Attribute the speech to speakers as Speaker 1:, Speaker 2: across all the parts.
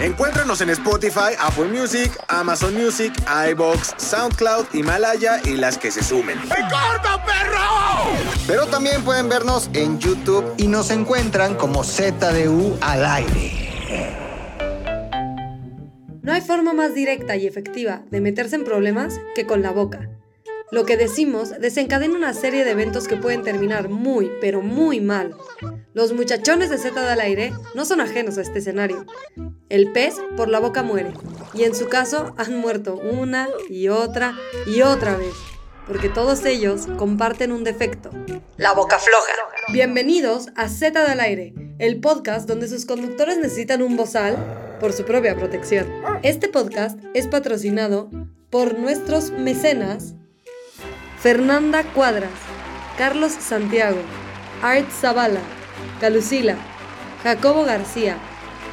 Speaker 1: Encuéntranos en Spotify, Apple Music, Amazon Music, iBox, SoundCloud, Himalaya y las que se sumen.
Speaker 2: Pero también pueden vernos en YouTube.
Speaker 3: y nos encuentran como ZDU al aire.
Speaker 4: No hay forma más directa y efectiva de meterse en problemas que con la boca. Lo que decimos desencadena una serie de eventos que pueden terminar muy, pero muy mal. Los muchachones de Z del aire no son ajenos a este escenario. El pez por la boca muere, y en su caso han muerto una y otra y otra vez, porque todos ellos comparten un defecto, la boca floja. Bienvenidos a Z del Aire, el podcast donde sus conductores necesitan un bozal por su propia protección. Este podcast es patrocinado por nuestros mecenas Fernanda Cuadras, Carlos Santiago, Art Zavala, Calucila, Jacobo García,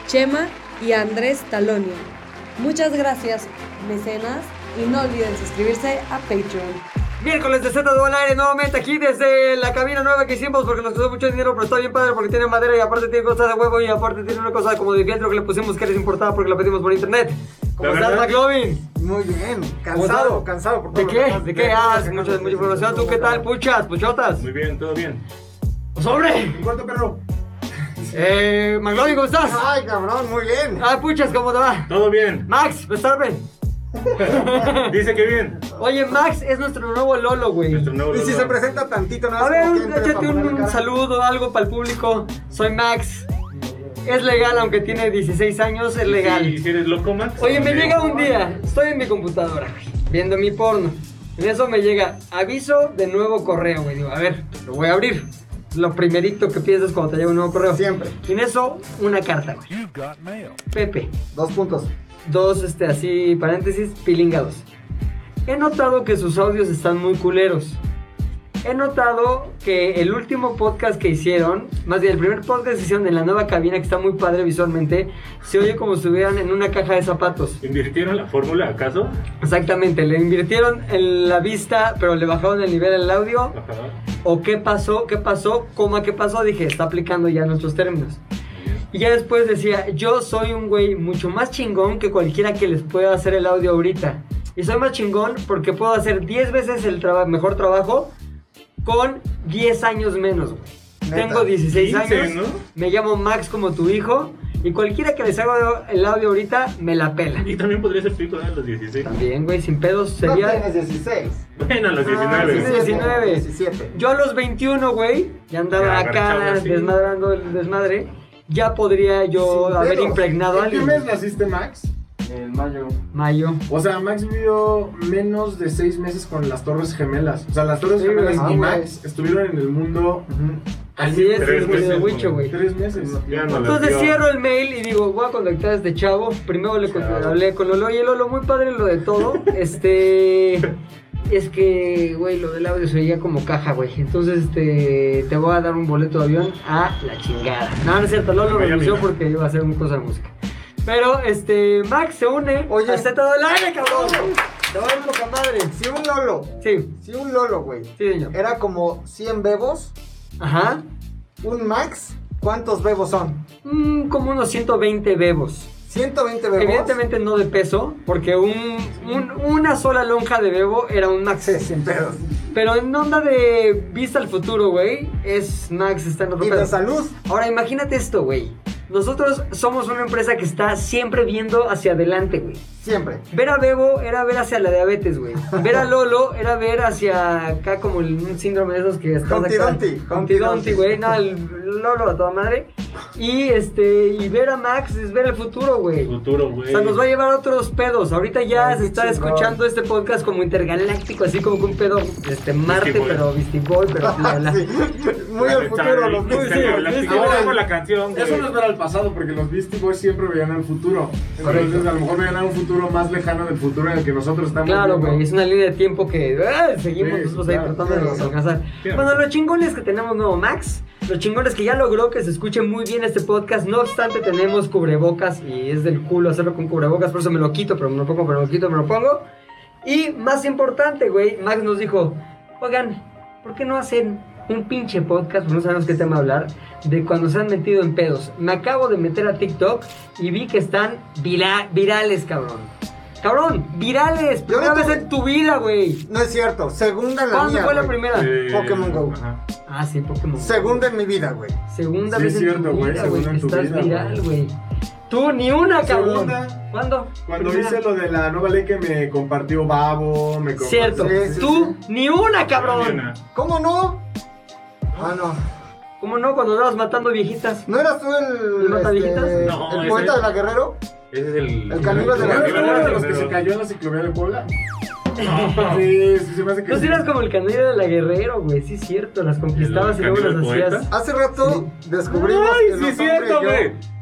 Speaker 4: Chema y Andrés Talonia. Muchas gracias, mecenas, y no olviden suscribirse a Patreon.
Speaker 5: Miércoles de Z al aire nuevamente aquí desde la cabina nueva que hicimos porque nos costó mucho dinero, pero está bien padre porque tiene madera y aparte tiene cosas de huevo y aparte tiene una cosa como de fieltro que le pusimos que eres importada porque la pedimos por internet. ¿Cómo
Speaker 6: La
Speaker 5: estás,
Speaker 6: verdad-
Speaker 5: McLovin?
Speaker 6: Muy bien,
Speaker 5: ¿Cómo
Speaker 6: cansado,
Speaker 5: estás?
Speaker 6: cansado por
Speaker 5: ¿De
Speaker 6: todo lo
Speaker 5: qué?
Speaker 6: que-
Speaker 5: ¿De qué? Ah, es mucha, mucha información. ¿Tú qué tal, puchas, puchotas?
Speaker 6: Muy bien, todo bien.
Speaker 5: ¡Sobre!
Speaker 6: ¿Cuánto perro?
Speaker 5: Eh, McLovin, ¿cómo estás?
Speaker 6: Ay, cabrón, muy bien.
Speaker 5: Ah, puchas, ¿cómo te va?
Speaker 7: Todo bien,
Speaker 5: Max, pues, Verstappen.
Speaker 7: dice que bien.
Speaker 5: Oye, Max es nuestro nuevo Lolo, güey.
Speaker 7: Nuestro nuevo
Speaker 6: Y si
Speaker 7: logo.
Speaker 6: se presenta tantito, nada
Speaker 5: A
Speaker 6: más.
Speaker 5: ver,
Speaker 6: como
Speaker 5: un-
Speaker 6: que entre
Speaker 5: échate
Speaker 6: para
Speaker 5: un,
Speaker 6: ponerle cara.
Speaker 5: saludo, algo para el público. Soy Max. Es legal, aunque tiene 16 años, es
Speaker 7: ¿Y
Speaker 5: legal.
Speaker 7: si eres loco, Max?
Speaker 5: Oye, me
Speaker 7: Sí.
Speaker 5: llega un día, estoy en mi computadora, güey, viendo mi porno. En eso me llega aviso de nuevo correo, güey. Digo, a ver, lo voy a abrir. Lo primerito que piensas cuando te llega un nuevo correo.
Speaker 6: Siempre.
Speaker 5: Y en eso, una carta, güey. Pepe,
Speaker 6: Dos puntos.
Speaker 5: dos, este, así, paréntesis, pilingados. He notado que sus audios están muy culeros. He notado que el último podcast que hicieron, más bien el primer podcast que hicieron en la nueva cabina, que está muy padre visualmente, se oye como si estuvieran en una caja de zapatos.
Speaker 7: ¿Invirtieron la fórmula, acaso?
Speaker 5: Exactamente, le invirtieron en la vista, pero le bajaron el nivel al audio.
Speaker 7: Ajá.
Speaker 5: ¿O qué pasó? ¿Qué pasó? ¿Cómo qué pasó? Dije, está aplicando ya nuestros términos. Y ya después decía, yo soy un güey mucho más chingón que cualquiera que les pueda hacer el audio ahorita. Y soy más chingón porque puedo hacer 10 veces el traba- mejor trabajo con 10 años menos, güey.
Speaker 6: Neta.
Speaker 5: Tengo 16
Speaker 7: 15,
Speaker 5: años,
Speaker 7: ¿no?
Speaker 5: me llamo Max como tu hijo, y cualquiera que les haga el audio ahorita, me la pela.
Speaker 7: Y también podría ser pico ¿no? a los 16.
Speaker 5: También, güey, sin pedos,
Speaker 6: No
Speaker 5: sería...
Speaker 6: tienes 16.
Speaker 7: Bueno, a los 19.
Speaker 6: Ah,
Speaker 5: sí, sí, sí. 19.
Speaker 6: 17.
Speaker 5: Yo a los 21, güey, ya andaba
Speaker 7: Ya,
Speaker 5: acá
Speaker 7: agarchado, sí.
Speaker 5: desmadrando el desmadre. Ya podría yo
Speaker 6: Sin
Speaker 5: haber
Speaker 6: pedos.
Speaker 5: impregnado a
Speaker 8: ¿En qué
Speaker 5: alguien.
Speaker 8: Este mes naciste, Max?
Speaker 6: En mayo.
Speaker 5: Mayo.
Speaker 8: O sea, Max vivió menos de seis meses con las Torres Gemelas. O sea, las Torres
Speaker 5: Sí,
Speaker 8: Gemelas
Speaker 5: güey.
Speaker 8: y
Speaker 5: Ah,
Speaker 8: Max estuvieron en el mundo
Speaker 5: Así es,
Speaker 7: tres
Speaker 5: el güey de
Speaker 7: meses,
Speaker 5: Huicho, güey.
Speaker 8: tres meses.
Speaker 7: Ya no les
Speaker 5: Entonces
Speaker 7: dio.
Speaker 5: cierro el mail y digo, voy a contactar a este chavo. Primero le conté- hablé con Lolo. Oye, Lolo, muy padre lo de todo. este. Es que, güey, lo del audio se oía como caja, güey. Entonces, este. Te voy a dar un boleto de avión a la chingada. No, no es cierto, Lolo me
Speaker 7: Miami,
Speaker 5: anunció
Speaker 7: ¿no?
Speaker 5: porque iba a hacer un cosa de música. Pero, este. Max se une.
Speaker 6: Oye.
Speaker 5: Oye, todo el aire, cabrón. Te va a ir poca madre.
Speaker 6: Si un Lolo,
Speaker 5: Sí,
Speaker 6: si un Lolo, güey,
Speaker 5: sí, señor.
Speaker 6: era como 100 bebos,
Speaker 5: Ajá.
Speaker 6: un Max, ¿cuántos bebos son?
Speaker 5: Mm, como unos 120 bebos.
Speaker 6: 120 bebos.
Speaker 5: Evidentemente no de peso, porque un, un- una sola lonja de bebo era un max.
Speaker 6: Sí, sin pedos.
Speaker 5: Pero en onda de vista al futuro, güey, es max está en otro
Speaker 6: Y
Speaker 5: pedo.
Speaker 6: de salud.
Speaker 5: Ahora imagínate esto, güey. Nosotros somos una empresa que está siempre viendo hacia adelante, güey.
Speaker 6: Siempre.
Speaker 5: Ver a Bebo era ver hacia la diabetes, güey. Ver a Lolo era ver hacia acá como el- un síndrome de esos que estás
Speaker 6: Humpty
Speaker 5: acá.
Speaker 6: Dumpty,
Speaker 5: Humpty
Speaker 6: Humpty
Speaker 5: Dumpty,
Speaker 6: Dumpty.
Speaker 5: güey. No, el Lolo a toda madre. Y este y ver a Max es ver el futuro, güey.
Speaker 7: Futuro, güey.
Speaker 5: O sea, nos va a llevar a otros pedos. Ahorita ya
Speaker 6: Ay,
Speaker 5: se está
Speaker 6: chingón.
Speaker 5: escuchando este podcast como intergaláctico, así como que un pedo este Marte,
Speaker 7: Beastie
Speaker 5: pero Vistiboy,
Speaker 7: Boy.
Speaker 5: pero bla, bla.
Speaker 6: Ah, Sí. Muy al futuro, los
Speaker 7: Muy
Speaker 6: Beastie
Speaker 7: sí,
Speaker 6: Boys.
Speaker 7: la-
Speaker 5: Beastie
Speaker 7: Ahora
Speaker 8: Boys.
Speaker 7: con la canción,
Speaker 8: Eso
Speaker 7: güey.
Speaker 8: no es ver al pasado, porque los Beastie Boys siempre veían al futuro. Entonces, a lo mejor veían a un futuro futuro más lejano del futuro en el que nosotros estamos.
Speaker 5: Claro,
Speaker 8: viviendo.
Speaker 5: güey, es una línea de tiempo que ah, seguimos
Speaker 8: Sí,
Speaker 5: nosotros ahí
Speaker 8: claro,
Speaker 5: tratando de
Speaker 8: claro.
Speaker 5: alcanzar.
Speaker 7: Claro.
Speaker 5: Bueno, lo chingón es que tenemos nuevo Max, lo chingón es que ya logró que se escuche muy bien este podcast, no obstante tenemos cubrebocas y es del culo hacerlo con cubrebocas, por eso me lo quito, pero me lo pongo, pero me lo quito, me lo pongo. Y más importante, güey, Max nos dijo, oigan, ¿por qué no hacen un pinche podcast? Porque no sabemos qué tema hablar, de cuando se han metido en pedos. Me acabo de meter a TikTok y vi que están vira- virales, cabrón. Cabrón, virales,
Speaker 6: Yo
Speaker 5: primera
Speaker 6: no
Speaker 5: vez
Speaker 6: tuve-
Speaker 5: en tu vida, güey.
Speaker 6: No es cierto. Segunda en la
Speaker 5: ¿Cuándo
Speaker 6: mía.
Speaker 5: fue la
Speaker 6: güey.
Speaker 5: primera?
Speaker 7: Eh,
Speaker 6: Pokémon Go.
Speaker 7: ajá.
Speaker 5: Ah, sí, Pokémon.
Speaker 6: Segunda en mi vida, güey.
Speaker 5: Segunda
Speaker 8: Sí,
Speaker 5: vez
Speaker 8: es cierto,
Speaker 5: en tu
Speaker 8: güey,
Speaker 5: vida,
Speaker 8: segunda
Speaker 5: güey.
Speaker 8: en tu
Speaker 5: Estás
Speaker 8: vida,
Speaker 5: viral, güey. Tú ni una, cabrón.
Speaker 8: Segunda.
Speaker 5: ¿Cuándo?
Speaker 8: Cuando
Speaker 5: Primera.
Speaker 8: hice lo de la nueva ley que me compartió Babo, me compartió.
Speaker 5: Cierto.
Speaker 6: Sí, sí,
Speaker 5: Tú ni una,
Speaker 7: Ni
Speaker 5: cabrón.
Speaker 7: una.
Speaker 6: ¿Cómo no? Ah, no.
Speaker 5: ¿Cómo no? Cuando andabas matando viejitas.
Speaker 6: ¿No eras tú el,
Speaker 5: ¿El mataviejitas?
Speaker 6: este,
Speaker 7: No,
Speaker 6: el
Speaker 7: ese-
Speaker 6: poeta de la Guerrero?
Speaker 7: Ese es el.
Speaker 6: El caníbal de la-
Speaker 8: ¿No eres uno de los que
Speaker 7: Guerrero.
Speaker 8: se cayó en la ciclovía de Puebla? Sí, sí, se me hace que.
Speaker 5: Tú sí
Speaker 8: sí.
Speaker 5: eras como el candidato de la guerrero, güey. Sí, es cierto. Las conquistabas y
Speaker 7: ¿El
Speaker 5: luego las
Speaker 7: caníbal poeta?
Speaker 5: hacías.
Speaker 6: Hace rato descubrimos
Speaker 7: Ay,
Speaker 6: que
Speaker 7: sí, es
Speaker 6: los hombres
Speaker 7: cierto,
Speaker 6: y yo-
Speaker 7: güey.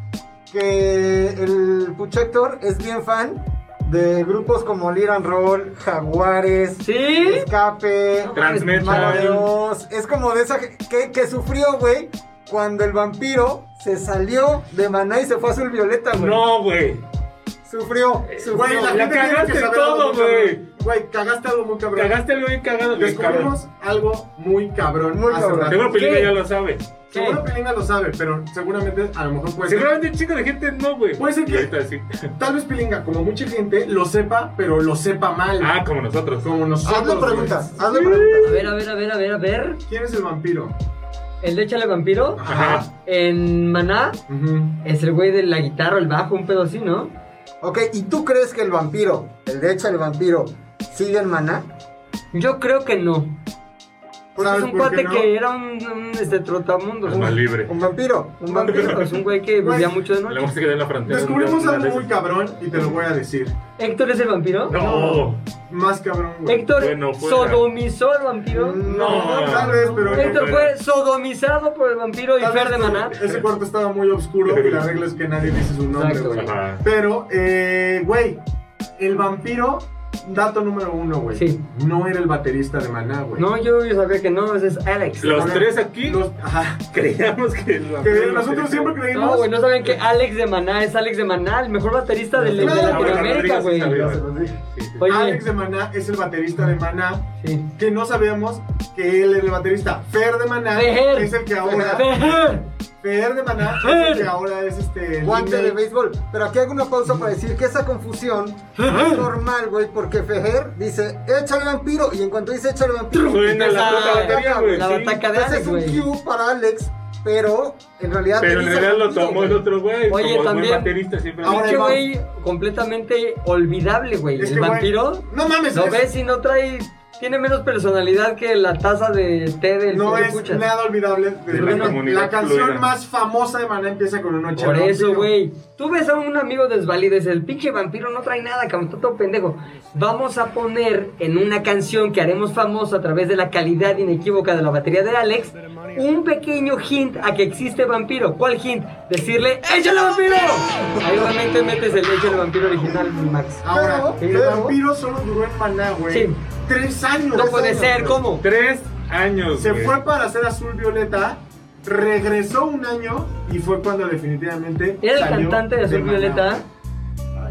Speaker 6: que el Puchector es bien fan de grupos como Liran Roll, Jaguares,
Speaker 5: ¿Sí?
Speaker 6: Escape,
Speaker 7: Transmetal.
Speaker 6: Mago de Oz. Es como de esa ge- que, que sufrió, güey, cuando el vampiro se salió de Maná y se fue a Azul Violeta, güey.
Speaker 7: No, güey.
Speaker 6: Sufrió, sufrió.
Speaker 8: Güey, la
Speaker 7: La
Speaker 8: gente tiene
Speaker 7: cagaste
Speaker 8: que saber algo
Speaker 7: todo,
Speaker 8: muy cabrón.
Speaker 7: güey.
Speaker 8: Güey, cagaste algo muy cabrón.
Speaker 7: Cagaste algo bien cagado. güey, cabrón.
Speaker 8: Descubrimos algo muy cabrón.
Speaker 6: Muy
Speaker 8: hace
Speaker 6: cabrón.
Speaker 8: rato.
Speaker 7: Seguro Pilinga
Speaker 5: ¿Qué?
Speaker 7: ya lo sabe.
Speaker 8: Seguro Pelinga lo sabe, pero seguramente a lo mejor puede ser.
Speaker 7: Seguramente un chingo de gente no, güey.
Speaker 8: Pues Puede ser
Speaker 7: Y
Speaker 8: que-
Speaker 7: ahorita sí.
Speaker 8: Tal vez Pelinga, como mucha gente, lo sepa, pero lo sepa mal.
Speaker 7: Ah, como nosotros.
Speaker 8: como nosotros.
Speaker 6: Hazle
Speaker 8: güey.
Speaker 6: preguntas, hazle preguntas.
Speaker 5: A ver, a ver, a ver, a ver, a ver.
Speaker 8: ¿Quién es el vampiro?
Speaker 5: El de Échale Vampiro.
Speaker 7: Ajá.
Speaker 5: En Maná.
Speaker 8: Ujú.
Speaker 5: Es el güey de la guitarra, el bajo, un pedo así, ¿no?
Speaker 6: Ok, ¿y tú crees que el vampiro, el de hecho el vampiro, sigue en Maná?
Speaker 5: Yo creo que no. Porque
Speaker 8: ¿Sabes
Speaker 5: Pues es un
Speaker 8: por
Speaker 5: cuate
Speaker 8: qué no?
Speaker 5: que era un, un, este, trotamundos.
Speaker 7: Alma
Speaker 5: Un,
Speaker 7: libre.
Speaker 6: Un vampiro,
Speaker 5: un vampiro, es un güey que
Speaker 8: Güey.
Speaker 5: vivía mucho de
Speaker 7: La
Speaker 5: noche.
Speaker 7: música de la frontera. Una
Speaker 8: Descubrimos
Speaker 7: de
Speaker 8: algo
Speaker 7: esas.
Speaker 8: muy cabrón y te lo voy a decir.
Speaker 5: ¿Héctor es el vampiro?
Speaker 7: No.
Speaker 8: Más cabrón, güey.
Speaker 5: ¿Héctor
Speaker 7: Bueno, fuera.
Speaker 5: sodomizó al vampiro?
Speaker 7: No.
Speaker 8: tal vez, pero.
Speaker 5: Héctor fue
Speaker 7: fuera.
Speaker 5: sodomizado por el vampiro y
Speaker 8: tal
Speaker 5: Fer
Speaker 8: vez
Speaker 5: de Maná.
Speaker 8: Ese cuarto estaba muy oscuro y la regla es que nadie dice su nombre,
Speaker 5: Exacto,
Speaker 8: güey.
Speaker 7: Ajá.
Speaker 8: Pero, eh, güey, el vampiro, dato número uno, güey.
Speaker 5: Sí.
Speaker 8: No era el baterista de Maná, güey.
Speaker 5: No, yo, yo sabía que no, ese es Alex.
Speaker 7: Los
Speaker 8: Ahora,
Speaker 7: tres aquí
Speaker 8: Los- ajá.
Speaker 7: creíamos que el
Speaker 8: Que
Speaker 7: vampiro
Speaker 8: nosotros
Speaker 7: era-
Speaker 8: siempre creímos.
Speaker 5: No, güey, no saben que Alex de Maná es Alex de Maná, el mejor baterista de, de
Speaker 8: Claro, güey,
Speaker 5: Latinoamérica,
Speaker 7: Rodríguez,
Speaker 5: güey.
Speaker 7: sí,
Speaker 8: Ya se los dije.
Speaker 7: Sí, sí.
Speaker 5: Oye, pues,
Speaker 8: Alex de Maná es el baterista de Maná.
Speaker 5: sí.
Speaker 8: Que no sabíamos que él era el baterista. Fer de Maná
Speaker 5: Fer.
Speaker 8: es el que ahora.
Speaker 5: Fer.
Speaker 8: Fer de Maná es el
Speaker 5: Fer.
Speaker 8: que ahora es este. el
Speaker 6: guante de
Speaker 8: remake.
Speaker 6: béisbol. Pero aquí hago una pausa para decir que esa confusión es normal, güey, porque Fejer dice, échale vampiro, y en cuanto dice échale vampiro,
Speaker 7: Suena
Speaker 5: Empieza
Speaker 7: la puta batería, güey.
Speaker 5: la
Speaker 7: sí.
Speaker 5: bataca de
Speaker 6: entonces
Speaker 5: Alex,
Speaker 6: es un
Speaker 5: güey.
Speaker 6: cue para Alex, pero en realidad...
Speaker 7: Pero en
Speaker 6: dice
Speaker 7: realidad lo
Speaker 6: vampiro,
Speaker 7: tomó
Speaker 6: güey.
Speaker 7: el otro güey.
Speaker 5: Oye,
Speaker 7: como buen
Speaker 5: también-
Speaker 7: baterista siempre.
Speaker 8: Ahora,
Speaker 5: Pinche
Speaker 8: el
Speaker 5: güey completamente olvidable, güey.
Speaker 8: Es
Speaker 5: El
Speaker 8: que, güey,
Speaker 5: vampiro,
Speaker 8: No mames,
Speaker 5: lo
Speaker 8: es-
Speaker 5: ves y no trae. Tiene menos personalidad que la taza de té del
Speaker 8: No
Speaker 5: que
Speaker 8: es
Speaker 5: escuchas.
Speaker 8: nada olvidable.
Speaker 7: De la
Speaker 8: Bueno,
Speaker 7: comunidad
Speaker 8: la canción
Speaker 7: fluida.
Speaker 8: más famosa de Maná empieza con un ocho.
Speaker 5: Por
Speaker 8: ¿no?
Speaker 5: eso,
Speaker 8: Digo,
Speaker 5: güey. Tú ves a un amigo desvalido y dices, el pinche vampiro no trae nada, cabrón, está todo pendejo. Vamos a poner en una canción que haremos famosa a través de la calidad inequívoca de la batería de Alex un pequeño hint a que existe vampiro. ¿Cuál hint? Decirle, ¡échale vampiro! Ahí obviamente metes el échale vampiro original, Max.
Speaker 8: Ahora,
Speaker 5: Sí,
Speaker 8: el
Speaker 5: claro.
Speaker 8: vampiro solo duró en Maná, güey.
Speaker 5: Sí.
Speaker 8: Tres años.
Speaker 5: No puede
Speaker 8: Tres
Speaker 5: ser,
Speaker 8: años,
Speaker 5: ¿cómo?
Speaker 7: Tres años.
Speaker 8: Se
Speaker 7: güey.
Speaker 8: fue para hacer azul violeta, regresó un año y fue cuando definitivamente.
Speaker 5: ¿Era el
Speaker 8: salió
Speaker 5: cantante de Azul
Speaker 8: Maná.
Speaker 5: Violeta?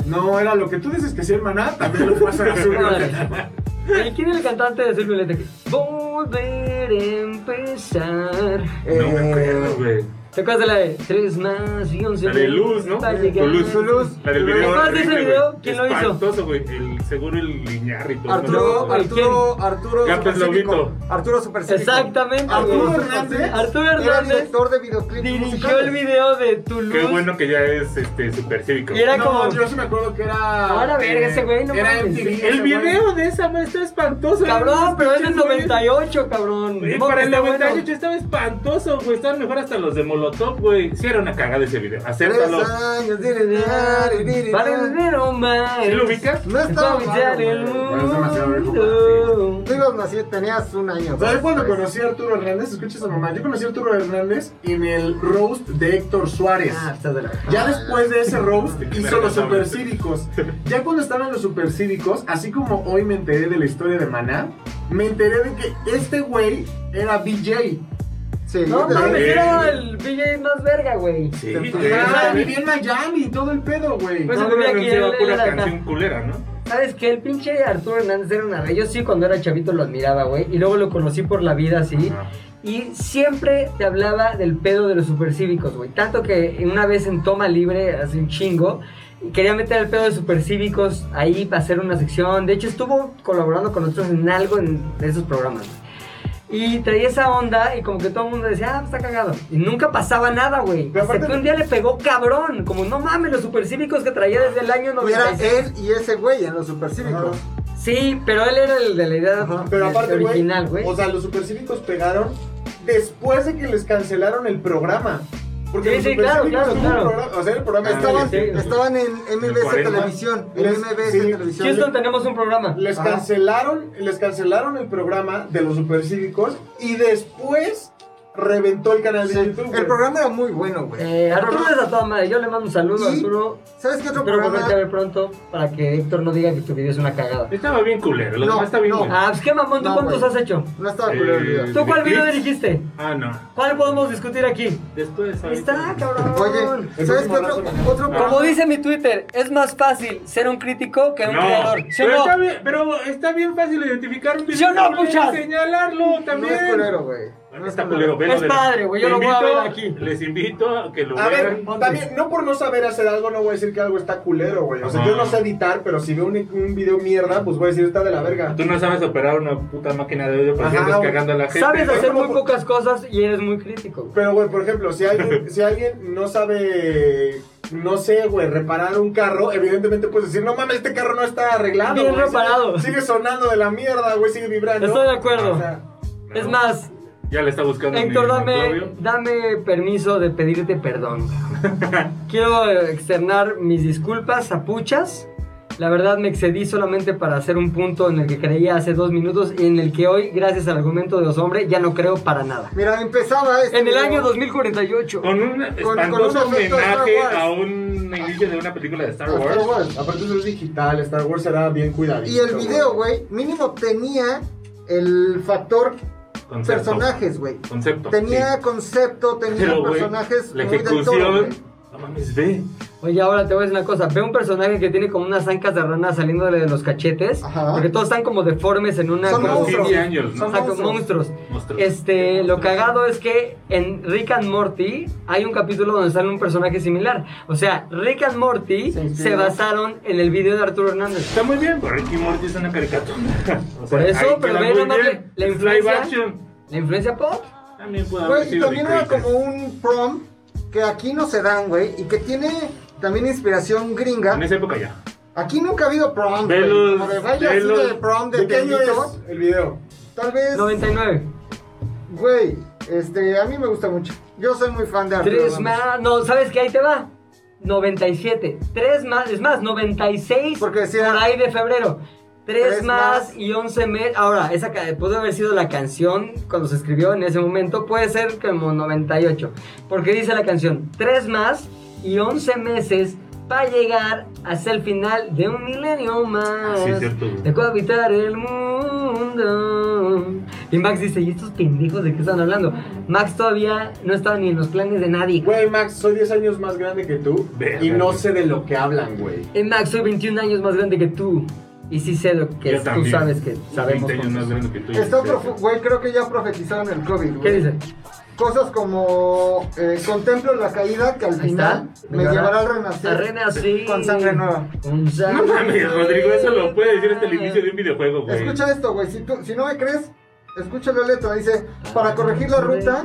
Speaker 8: No, era lo que tú dices que sí, el maná, también lo fue a hacer azul violeta.
Speaker 5: Madre. ¿Y quién era el cantante de Azul Violeta? Volver a empezar. Eh,
Speaker 7: No me acuerdo, güey.
Speaker 5: ¿Te acuerdas de la de 3 más y 11?
Speaker 7: La de luz, ¿no?
Speaker 5: Está
Speaker 7: Con
Speaker 5: llegando.
Speaker 7: luz. La del video.
Speaker 5: ¿Te acuerdas de ese
Speaker 7: horrible,
Speaker 5: video?
Speaker 7: güey.
Speaker 5: ¿Quién lo hizo?
Speaker 7: Espantoso, güey. El, seguro el Iñárritu.
Speaker 6: Arturo,
Speaker 5: No, ¿a
Speaker 6: Arturo, Arturo,
Speaker 7: Ya, pues,
Speaker 6: Supercívico.
Speaker 7: Lobito.
Speaker 6: Arturo Supercívico.
Speaker 5: Exactamente.
Speaker 8: Arturo
Speaker 5: güey.
Speaker 8: Hernández
Speaker 5: Arturo
Speaker 6: Era
Speaker 5: Hernández
Speaker 6: director de videoclips
Speaker 5: dirigió
Speaker 6: musicales.
Speaker 5: el video de Tu Luz.
Speaker 7: Qué bueno que ya es este supercívico.
Speaker 5: Y era
Speaker 8: no,
Speaker 5: como.
Speaker 8: yo sí me acuerdo que era.
Speaker 5: Ahora, verga, ese güey, no
Speaker 8: Era
Speaker 5: mames.
Speaker 8: MTV, ese
Speaker 7: El
Speaker 8: güey.
Speaker 7: video de esa madre está espantoso.
Speaker 5: Cabrón,
Speaker 7: Eran
Speaker 5: pero es
Speaker 7: pinches
Speaker 5: del
Speaker 7: güeyes.
Speaker 5: 98, cabrón.
Speaker 7: Güey,
Speaker 5: No,
Speaker 7: para el
Speaker 5: está bueno.
Speaker 7: 98 estaba espantoso, güey. Estaban mejor hasta los de Molotov, güey. Sí era una cagada ese video. Acéptalo.
Speaker 6: Tres años, diri, diri, diri,
Speaker 5: Para el
Speaker 6: diri.
Speaker 5: dinero, man.
Speaker 7: ¿Sí lo ubicas?
Speaker 6: No
Speaker 5: Para
Speaker 6: estaba
Speaker 5: olvidar
Speaker 6: malo,
Speaker 5: el
Speaker 6: güey.
Speaker 8: Pero es demasiado viejo
Speaker 5: mundo.
Speaker 6: Tú ibas nacido, tenías un año.
Speaker 8: ¿Sabes
Speaker 6: dos,
Speaker 8: cuando
Speaker 6: tres.
Speaker 8: conocí a Arturo Hernández? Escuchas a mamá. Yo conocí a Arturo Hernández en el roast de Héctor Suárez.
Speaker 5: Ah, estás de la.
Speaker 8: Ya después de ese roast hizo los
Speaker 7: Verga,
Speaker 8: supercívicos. Ya cuando estaban los supercívicos, así como hoy me enteré de la historia de Maná, me enteré de que este güey era BJ.
Speaker 6: Sí,
Speaker 5: No
Speaker 6: de-
Speaker 5: mames,
Speaker 7: güey.
Speaker 5: era el DJ más verga, güey.
Speaker 7: Sí,
Speaker 6: Te-
Speaker 7: güey.
Speaker 8: Ah,
Speaker 7: Pues
Speaker 8: vivía en Miami y todo el pedo, güey.
Speaker 5: No,
Speaker 7: seguro
Speaker 5: mira, aquí
Speaker 7: anunciaba
Speaker 5: él-
Speaker 7: pura
Speaker 5: él era-
Speaker 7: canción culera, ¿no?
Speaker 5: ¿Sabes qué? El pinche Arturo Hernández era una rey. Yo sí, cuando era chavito lo admiraba, güey. Y luego lo conocí por la vida así.
Speaker 7: Ajá.
Speaker 5: Y siempre te hablaba del pedo de los supercívicos, güey. Tanto que una vez en Toma Libre, hace un chingo, quería meter el pedo de supercívicos ahí para hacer una sección. De hecho, estuvo colaborando con nosotros en algo en, de esos programas. Y traía esa onda y como que todo el mundo decía, ah, está cagado. Y nunca pasaba nada, güey.
Speaker 8: Pero
Speaker 5: Hasta
Speaker 8: aparte-
Speaker 5: que un día le pegó cabrón. Como, no mames, los supercívicos que traía desde el año
Speaker 6: Era
Speaker 5: 96.
Speaker 6: él y ese güey en los supercívicos.
Speaker 5: Sí, pero él era el de la idea
Speaker 8: Ajá, Pero aparte, güey,
Speaker 5: original, güey.
Speaker 8: O sea, los supercívicos pegaron después de que les cancelaron el programa. Porque
Speaker 5: Sí,
Speaker 8: los
Speaker 5: sí, claro,
Speaker 8: supercívicos
Speaker 5: claro,
Speaker 8: tuvo un
Speaker 5: claro.
Speaker 8: programa- o sea, el programa
Speaker 7: Ah,
Speaker 8: estaba.
Speaker 5: sí.
Speaker 6: Estaban en MBS
Speaker 7: cuarenta.
Speaker 6: Televisión. En
Speaker 8: Les-
Speaker 6: MBS
Speaker 8: sí.
Speaker 6: Televisión.
Speaker 5: Houston, tenemos un programa.
Speaker 8: Les
Speaker 6: Ajá.
Speaker 8: cancelaron, les cancelaron el programa de los supercívicos y después reventó el canal de
Speaker 6: Sí,
Speaker 8: YouTube. güey.
Speaker 6: El programa era muy bueno, güey.
Speaker 5: Eh, Arturo es a toda madre. Yo le mando un saludo a
Speaker 6: ¿Y?
Speaker 5: Arturo.
Speaker 6: ¿Sabes qué otro
Speaker 5: Espero volverte a
Speaker 6: programa?
Speaker 5: ver pronto para que Héctor no diga que tu video es una cagada.
Speaker 7: Estaba bien culero, los
Speaker 6: No,
Speaker 7: demás está bien
Speaker 6: no.
Speaker 7: bueno.
Speaker 5: Ah, pues qué mamón, ¿tú
Speaker 6: No,
Speaker 5: cuántos
Speaker 6: güey.
Speaker 5: has hecho?
Speaker 6: No estaba
Speaker 7: Eh,
Speaker 6: culero el video.
Speaker 5: ¿Tú cuál
Speaker 7: ¿De
Speaker 5: video
Speaker 7: clips?
Speaker 5: dirigiste?
Speaker 7: Ah, no.
Speaker 5: ¿Cuál podemos discutir aquí?
Speaker 7: Después.
Speaker 5: Ahí está,
Speaker 7: ahorita-
Speaker 5: cabrón.
Speaker 6: Oye,
Speaker 8: El
Speaker 6: ¿sabes qué
Speaker 8: último
Speaker 6: otro,
Speaker 8: brazo,
Speaker 6: otro
Speaker 7: ¿no?
Speaker 5: Como
Speaker 6: programa?
Speaker 5: dice mi Twitter, es más fácil ser un crítico que un
Speaker 7: No,
Speaker 5: creador. ¿Sí o
Speaker 7: pero,
Speaker 5: no?
Speaker 7: está bien, pero está bien fácil identificar un video
Speaker 5: ¿Sí o no,
Speaker 7: culero y
Speaker 5: puchas?
Speaker 7: señalarlo
Speaker 6: No
Speaker 7: también.
Speaker 6: es culero, güey.
Speaker 7: Bueno, Está culero, velo,
Speaker 5: Es
Speaker 7: velo.
Speaker 5: padre, güey, yo
Speaker 7: Te
Speaker 5: lo voy a
Speaker 7: invito-
Speaker 5: ver aquí.
Speaker 7: Les invito a que lo
Speaker 8: A ver,
Speaker 7: vean.
Speaker 8: también, no por no saber hacer algo, no voy a decir que algo está culero, güey. O sea,
Speaker 7: Ajá.
Speaker 8: yo no sé editar, pero si veo un, un video mierda, pues voy a decir, está de la verga.
Speaker 7: Tú no sabes operar una puta máquina de audio porque
Speaker 8: Ajá,
Speaker 7: andas
Speaker 8: güey.
Speaker 7: cagando a la gente.
Speaker 5: Sabes
Speaker 7: güey.
Speaker 5: hacer muy
Speaker 8: ¿Cómo?
Speaker 5: pocas cosas y eres muy crítico. güey.
Speaker 8: Pero, güey, por ejemplo, si alguien, si alguien no sabe, no sé, güey, reparar un carro, evidentemente puedes decir, no mames, este carro no está arreglado.
Speaker 5: Bien
Speaker 8: güey,
Speaker 5: reparado.
Speaker 8: Sigue, sigue sonando de la mierda, güey, sigue vibrando.
Speaker 5: Estoy de acuerdo.
Speaker 8: O sea,
Speaker 5: Es más,
Speaker 7: Ya le está buscando. mi
Speaker 5: Héctor, dame,
Speaker 7: Maclovio.
Speaker 5: dame permiso de pedirte perdón. Quiero eh, externar mis disculpas a Puchas. La verdad me excedí solamente para hacer un punto en el que creía hace dos minutos y en el que hoy, gracias al argumento de los hombres, ya no creo para nada.
Speaker 6: Mira, empezaba este
Speaker 5: En el
Speaker 6: video.
Speaker 5: año 2048.
Speaker 7: Con un
Speaker 6: con
Speaker 7: espantoso
Speaker 6: un efecto de Star
Speaker 7: homenaje
Speaker 6: Wars.
Speaker 7: a un inicio de una película de Star
Speaker 8: Star Wars.
Speaker 7: Wars.
Speaker 8: Aparte eso es digital, Star Wars será bien cuidadito.
Speaker 6: Y el video, güey, mínimo tenía el factor
Speaker 7: Concepto.
Speaker 6: personajes, güey.
Speaker 7: Concepto.
Speaker 6: Tenía
Speaker 7: sí.
Speaker 6: concepto, tenía
Speaker 7: Pero, güey,
Speaker 6: personajes
Speaker 7: La
Speaker 6: muy de todo,
Speaker 7: ejecución.
Speaker 6: güey.
Speaker 7: No mames, ve.
Speaker 5: Oye, ahora te voy a decir una cosa. Ve un personaje que tiene como unas ancas de rana saliéndole de los cachetes.
Speaker 6: Ajá.
Speaker 5: Porque todos están como deformes en una...
Speaker 6: Son
Speaker 5: como-
Speaker 7: Como
Speaker 6: monstruos.
Speaker 7: 15 años,
Speaker 5: O
Speaker 7: ¿no?
Speaker 5: sea, con monstruos.
Speaker 7: Monstruos.
Speaker 5: Este, lo
Speaker 7: Monstruos.
Speaker 5: cagado es que en Rick and Morty hay un capítulo donde sale un personaje similar. O sea, Rick and Morty
Speaker 6: Se
Speaker 5: se,
Speaker 6: inspiró.
Speaker 5: basaron en el video de Arturo Hernández.
Speaker 7: Está muy bien, pero Ricky Morty es una caricatura. O sea,
Speaker 5: Por eso,
Speaker 7: ahí
Speaker 5: pero
Speaker 7: queda
Speaker 5: ve
Speaker 7: muy
Speaker 5: nomás
Speaker 7: bien.
Speaker 5: la- la
Speaker 7: Es
Speaker 5: influencia.
Speaker 7: Live action.
Speaker 5: La influencia pop.
Speaker 7: También puede haber
Speaker 6: Güey, y
Speaker 7: sido
Speaker 6: también
Speaker 7: de
Speaker 6: era
Speaker 7: Creators.
Speaker 6: como un prom que aquí no se dan, güey, y que tiene también inspiración gringa.
Speaker 7: En esa época ya.
Speaker 6: Aquí nunca ha habido prom, güey.
Speaker 7: Velos,
Speaker 6: Como de baile así
Speaker 7: velos.
Speaker 6: de prom de
Speaker 8: ¿De qué año
Speaker 6: tendito.
Speaker 8: es el video?
Speaker 6: Tal vez,
Speaker 5: 99.
Speaker 6: güey, este, a mí me gusta mucho. Yo soy muy fan de Arturo.
Speaker 5: Tres
Speaker 6: Hernández.
Speaker 5: más. No, ¿sabes qué? Ahí te va. 97. Tres más. Es más, 96.
Speaker 6: Porque decía-
Speaker 5: Por ahí de febrero. Tres,
Speaker 6: Tres
Speaker 5: más,
Speaker 6: más.
Speaker 5: y 11 meses. Ahora, esa ca- pudo haber sido la canción cuando se escribió en ese momento. Puede ser como 98. Porque dice la canción: Tres más y 11 meses. Para llegar hasta el final de un milenio más.
Speaker 7: Ah, sí, cierto, güey.
Speaker 5: de cohabitar el mundo. Y Max dice, ¿y estos pendejos de qué están hablando? Max todavía no estaba ni en los planes de nadie.
Speaker 8: Güey, Max, soy 10 años más grande que tú
Speaker 7: Verga,
Speaker 8: y no
Speaker 7: güey.
Speaker 8: sé de lo que hablan, güey.
Speaker 5: Eh, Max, soy 21 años más grande que tú. Y sí sé lo que
Speaker 7: Yo
Speaker 5: es, tú
Speaker 7: también.
Speaker 5: sabes que sabemos.
Speaker 7: 20 años
Speaker 5: cosas.
Speaker 7: más grande que tú.
Speaker 6: Está
Speaker 7: Sí.
Speaker 6: profu- güey, creo que ya profetizaron el COVID, güey.
Speaker 5: ¿Qué dice?
Speaker 6: Cosas como eh, contemplo la caída que al
Speaker 5: Ahí está.
Speaker 6: final me llevará al renacer.
Speaker 5: Al renacer.
Speaker 6: Con sangre nueva.
Speaker 5: Con sangre
Speaker 7: No mames, Rodrigo, eso lo puede decir hasta el
Speaker 6: Ah.
Speaker 5: nueva.
Speaker 7: inicio de un videojuego, güey.
Speaker 6: Escucha esto, güey. Si, tú- si no me crees, Escucha la letra, dice, para corregir la ruta,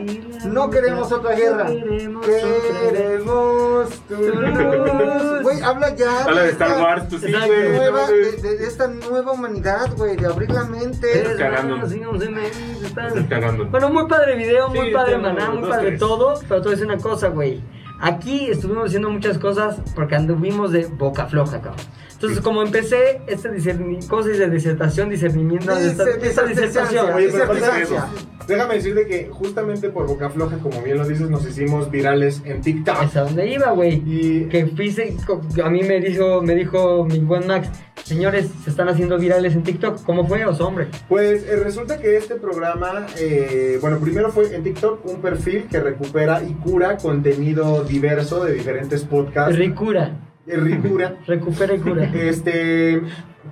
Speaker 6: no queremos otra guerra. Queremos tu luz. Güey, habla ya.
Speaker 7: Habla de Star
Speaker 6: esta
Speaker 7: Wars, tú sí,
Speaker 5: Exacto.
Speaker 7: güey. no
Speaker 6: nueva- de,
Speaker 7: mames.
Speaker 6: de- de esta nueva humanidad, güey, de abrir la mente.
Speaker 5: Tres
Speaker 7: cagando.
Speaker 5: manos y once meses,
Speaker 7: Estás
Speaker 5: están-
Speaker 7: cagando.
Speaker 5: Bueno, muy padre video,
Speaker 7: Sí,
Speaker 5: muy padre
Speaker 7: tengo
Speaker 5: maná, muy
Speaker 7: dos,
Speaker 5: padre
Speaker 7: tres.
Speaker 5: todo, pero te voy a decir una cosa, güey. Aquí estuvimos haciendo muchas cosas porque anduvimos de boca floja, cabrón. Entonces, como empecé esta discerni- ¿cómo se dice? disertación, discernimiento,
Speaker 6: Dice-
Speaker 5: esta, esta
Speaker 6: disertación,
Speaker 5: disertación.
Speaker 6: güey.
Speaker 8: Oye, pero
Speaker 6: Dice
Speaker 8: aparte de
Speaker 6: Francia.
Speaker 8: eso, déjame decirte que justamente por boca floja, como bien lo dices, nos hicimos virales en TikTok.
Speaker 5: Es a donde iba, güey.
Speaker 8: Y
Speaker 5: Que fuiste, a mí me dijo, me dijo mi buen Max, señores, se están haciendo virales en TikTok. ¿Cómo fue, os hombre?
Speaker 8: pues eh, resulta que este programa, eh, bueno, primero fue en TikTok un perfil que recupera y cura contenido diverso de diferentes
Speaker 6: Ah,
Speaker 8: podcasts.
Speaker 5: Ricura,
Speaker 8: Eh, ricura.
Speaker 5: recupera y cura.
Speaker 8: este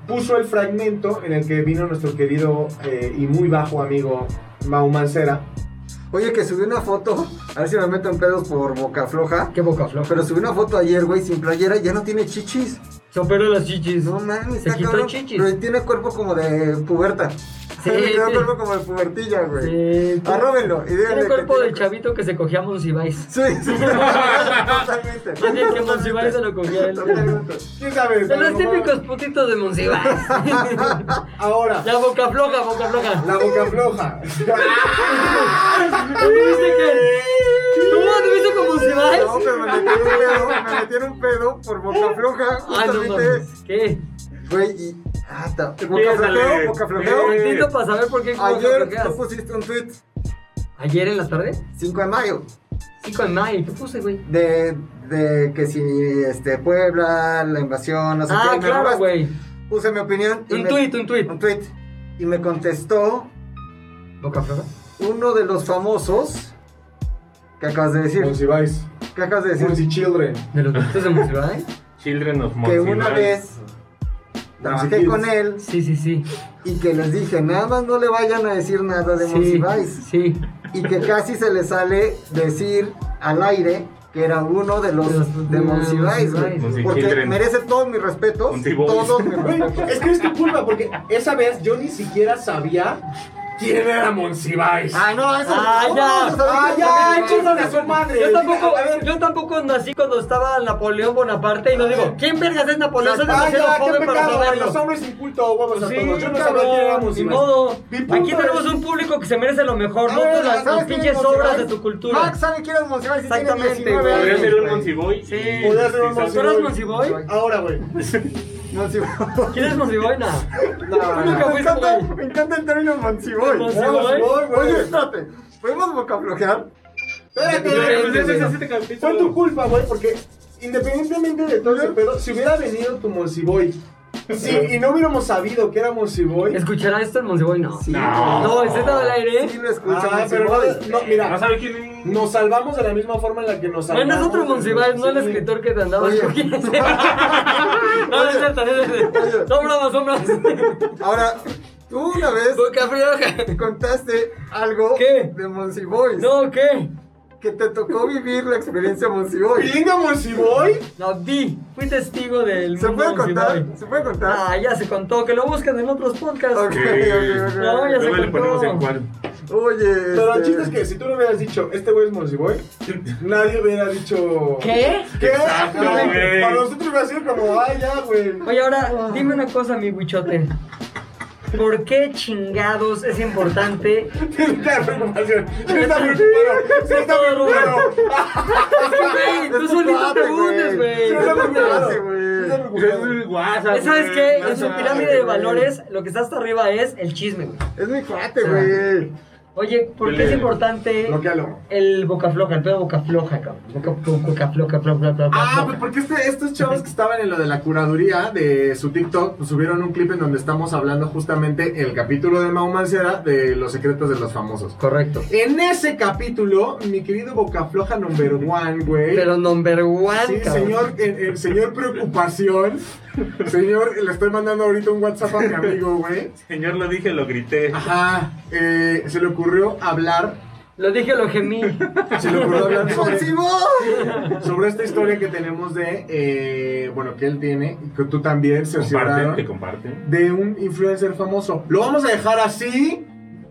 Speaker 8: puso el fragmento en el que vino nuestro querido eh, y muy bajo amigo Mau Mancera.
Speaker 6: Oye, que subí una foto, a ver si me meto en pedos por boca floja.
Speaker 5: Qué boca floja.
Speaker 6: Pero subí una foto ayer, güey, sin playera, ya no tiene chichis.
Speaker 5: Se operó las chichis.
Speaker 6: No mames,
Speaker 5: Se
Speaker 6: está
Speaker 5: quitó
Speaker 6: cabrón.
Speaker 5: chichis.
Speaker 6: Pero tiene cuerpo como de puberta.
Speaker 5: Sí,
Speaker 6: tiene
Speaker 5: sí.
Speaker 6: cuerpo como de pubertilla, güey.
Speaker 5: Sí, tiene-
Speaker 6: Arróbenlo y díganle
Speaker 5: Tiene
Speaker 6: que
Speaker 5: cuerpo
Speaker 6: tiene
Speaker 5: de chavito que se cogía a Monsiváis.
Speaker 6: Sí, sí, totalmente.
Speaker 5: Más bien que Monsiváis se lo cogía él.
Speaker 6: Totalmente.
Speaker 8: ¿Quién sabe?
Speaker 5: De
Speaker 8: A lo
Speaker 5: los
Speaker 8: mejor-
Speaker 5: típicos putitos de Monsiváis.
Speaker 8: Ahora,
Speaker 5: La boca floja, boca floja.
Speaker 8: la boca floja.
Speaker 5: ¿Tuviste que... ¿Tú anduviste con Monsiváis?
Speaker 6: No, pero me metieron un pedo, me metieron un pedo por boca floja,
Speaker 5: Ah, no
Speaker 6: justamente.
Speaker 5: mames. ¿Qué?
Speaker 6: Güey, y. Ah, ta- boca
Speaker 7: Piénsale.
Speaker 6: flojeo, boca flojeo.
Speaker 7: Eh.
Speaker 5: Necesito para saber por qué boca
Speaker 6: Ayer
Speaker 5: flojeas.
Speaker 6: tú pusiste un tweet,
Speaker 5: ¿Ayer en la tarde?
Speaker 6: 5 de mayo,
Speaker 5: 5 de mayo, ¿qué puse, güey?
Speaker 6: de, de que si este, Puebla, la invasión, no sé
Speaker 5: Ah,
Speaker 6: qué. y me
Speaker 5: claro,
Speaker 6: robaste.
Speaker 5: güey.
Speaker 6: Puse mi opinión. y
Speaker 5: Un
Speaker 6: me-
Speaker 5: tuit, un tuit.
Speaker 6: Un tweet. Y me contestó
Speaker 5: ¿Boca floja?
Speaker 6: uno de los famosos. ¿Qué acabas de decir?
Speaker 8: Monsi Vice,
Speaker 6: ¿Qué acabas de decir?
Speaker 8: Monsi Children.
Speaker 5: ¿De los putitos de Monsiváis?
Speaker 7: Children of
Speaker 6: que
Speaker 7: Monsiváis.
Speaker 6: una vez trabajé con él
Speaker 5: Sí, sí, sí.
Speaker 6: y que les dije, nada más no le vayan a decir nada de
Speaker 5: Sí,
Speaker 6: Monsiváis.
Speaker 5: sí.
Speaker 6: Y que casi se le sale decir al aire que era uno de los
Speaker 5: Los-
Speaker 6: de Monsiváis, güey.
Speaker 5: Monsiváis.
Speaker 6: Porque
Speaker 7: Monsichildren.
Speaker 6: merece todos mis respetos.
Speaker 7: Monsiboys.
Speaker 6: Todos mis
Speaker 8: Güey,
Speaker 6: respetos.
Speaker 8: Es que es tu culpa, porque esa vez yo ni siquiera sabía quién era Monsi Vice.
Speaker 6: Ah, no, eso
Speaker 5: Ah,
Speaker 6: ¿cómo
Speaker 5: ya.
Speaker 6: vas a saber
Speaker 8: Ah,
Speaker 6: que-
Speaker 8: ya, chingan a su madre.
Speaker 5: Yo tampoco,
Speaker 8: A ver.
Speaker 5: yo tampoco nací cuando estaba Napoleón Bonaparte y no digo, ¿quién vergas es Napoleón? Soy demasiado
Speaker 8: Vaya, qué
Speaker 5: joven para
Speaker 8: pecado, güey,
Speaker 5: saberlo.
Speaker 8: los hombres sin culto, vamos a
Speaker 5: Sí,
Speaker 8: todos. Yo no sabía quién era
Speaker 5: cabrón,
Speaker 8: Monsi
Speaker 5: ni
Speaker 8: Vice.
Speaker 5: modo.
Speaker 8: Mi punto
Speaker 5: Aquí tenemos
Speaker 8: es-
Speaker 5: un público que se merece lo mejor, no
Speaker 6: Ah,
Speaker 5: todas las, las
Speaker 6: ¿sabes quién es
Speaker 5: pinches
Speaker 6: Monsiváis?
Speaker 5: obras de tu cultura.
Speaker 6: Max sabe quién es Monsiváis y tiene
Speaker 5: Exactamente,
Speaker 6: 19
Speaker 5: güey.
Speaker 7: Podría
Speaker 6: años.
Speaker 7: ser un
Speaker 6: güey.
Speaker 7: Monsiboy. Sí.
Speaker 8: Podría ser un
Speaker 5: ¿Tú
Speaker 8: Monsiboy.
Speaker 5: eras Monsiboy?
Speaker 8: Ahora, güey.
Speaker 6: Monsiváis.
Speaker 5: ¿Quién es Monsiboy? No.
Speaker 6: No,
Speaker 5: Nunca
Speaker 6: no, me,
Speaker 5: fuiste,
Speaker 6: encanta,
Speaker 5: güey.
Speaker 6: me encanta el término Monsiboy.
Speaker 5: Monsiboy.
Speaker 8: Monsiboy, güey.
Speaker 6: Oye, espérate, ¿podemos vocablojear?
Speaker 8: Espérate,
Speaker 7: Pues ese
Speaker 8: güey.
Speaker 7: es este capítulo.
Speaker 8: Fue tu culpa, güey, porque independientemente de todo ese pedo, si hubiera venido tu Monsiboy sí, y no hubiéramos sabido que era Monsiboy.
Speaker 5: ¿Escuchará esto el Monsiboy? No.
Speaker 7: No.
Speaker 5: No, ¿es esta del aire?
Speaker 6: Sí lo escucha
Speaker 8: Ah, pero
Speaker 6: Monsiboy.
Speaker 8: no, no, mira,
Speaker 7: No sabe quién
Speaker 8: nos salvamos de la misma forma en la que nos salvamos.
Speaker 5: Bueno, es otro Monsiváis, no el
Speaker 8: Sí.
Speaker 5: escritor que te andaba
Speaker 6: Oye.
Speaker 5: escogiendo. No, no es cierto, no es cierto. Son bromas, son bromas.
Speaker 6: Ahora, tú una vez
Speaker 5: Boca floja.
Speaker 6: me contaste algo
Speaker 5: ¿Qué?
Speaker 6: de Monsiboy.
Speaker 5: No, ¿qué?
Speaker 6: Que te tocó vivir la experiencia Monsiboy.
Speaker 8: ¿Pilinga Monsiboy?
Speaker 5: No, di. Fui testigo del.
Speaker 6: ¿Se
Speaker 5: mundo
Speaker 6: puede
Speaker 5: Monsiváis.
Speaker 6: contar? ¿Se puede contar?
Speaker 5: Ah, ya se contó. Que lo busquen en otros podcasts.
Speaker 6: Ok, ok, ok.
Speaker 5: No, ya se
Speaker 7: Luego
Speaker 5: contó.
Speaker 7: le ponemos en cuál.
Speaker 6: Oye,
Speaker 8: Pero el
Speaker 6: este,
Speaker 8: chiste es que si tú no hubieras dicho, este güey es Monsiboy, nadie hubiera dicho...
Speaker 5: ¿Qué?
Speaker 8: ¿Qué?
Speaker 7: Exacto,
Speaker 8: Ay,
Speaker 7: güey.
Speaker 8: Para nosotros hubiera sido como, ay, ya, güey.
Speaker 5: Oye, ahora, dime una cosa, mi buchote. ¿Por qué chingados es importante?
Speaker 8: Está preocupación. Se está preocupado. Se está Este preocupado.
Speaker 5: Güey, tú solito te
Speaker 6: cuate,
Speaker 5: hundes,
Speaker 6: güey.
Speaker 5: güey.
Speaker 8: Se
Speaker 5: No
Speaker 8: está
Speaker 5: mames.
Speaker 8: preocupado.
Speaker 6: mames, güey.
Speaker 8: Se está preocupado.
Speaker 7: Pues WhatsApp.
Speaker 5: ¿Sabes qué? En su
Speaker 8: no,
Speaker 5: pirámide
Speaker 8: güey.
Speaker 5: de valores, lo que está hasta arriba es el chisme, güey.
Speaker 6: Es mi cuate, güey.
Speaker 5: Oye, ¿por qué es importante
Speaker 8: Bloquealo.
Speaker 5: el boca floja, el pedo boca floja, cabrón? Boca, boca floja, floja, floja, floja.
Speaker 8: Ah, pues porque este- estos chavos que estaban en lo de la curaduría de su TikTok pues, subieron un clip en donde estamos hablando justamente el capítulo de Mau Mancera de los secretos de los famosos.
Speaker 5: Correcto.
Speaker 8: En ese capítulo, mi querido Bocafloja number one, güey.
Speaker 5: Pero number one,
Speaker 8: Sí,
Speaker 5: cabrón.
Speaker 8: señor, el, el señor preocupación. Señor, le estoy mandando ahorita un WhatsApp a mi amigo, güey.
Speaker 7: Señor, lo dije, lo grité.
Speaker 8: Ah, Ajá. eh, se le ocurrió hablar.
Speaker 5: Lo dije, lo gemí.
Speaker 8: Se le ocurrió hablar sobre,
Speaker 6: ¡Monsiboy!
Speaker 8: sobre esta historia que tenemos de. eh, bueno, que él tiene y que tú también
Speaker 7: Comparten,
Speaker 8: cercioraron
Speaker 7: te comparten.
Speaker 8: de un influencer famoso. Lo vamos a dejar así.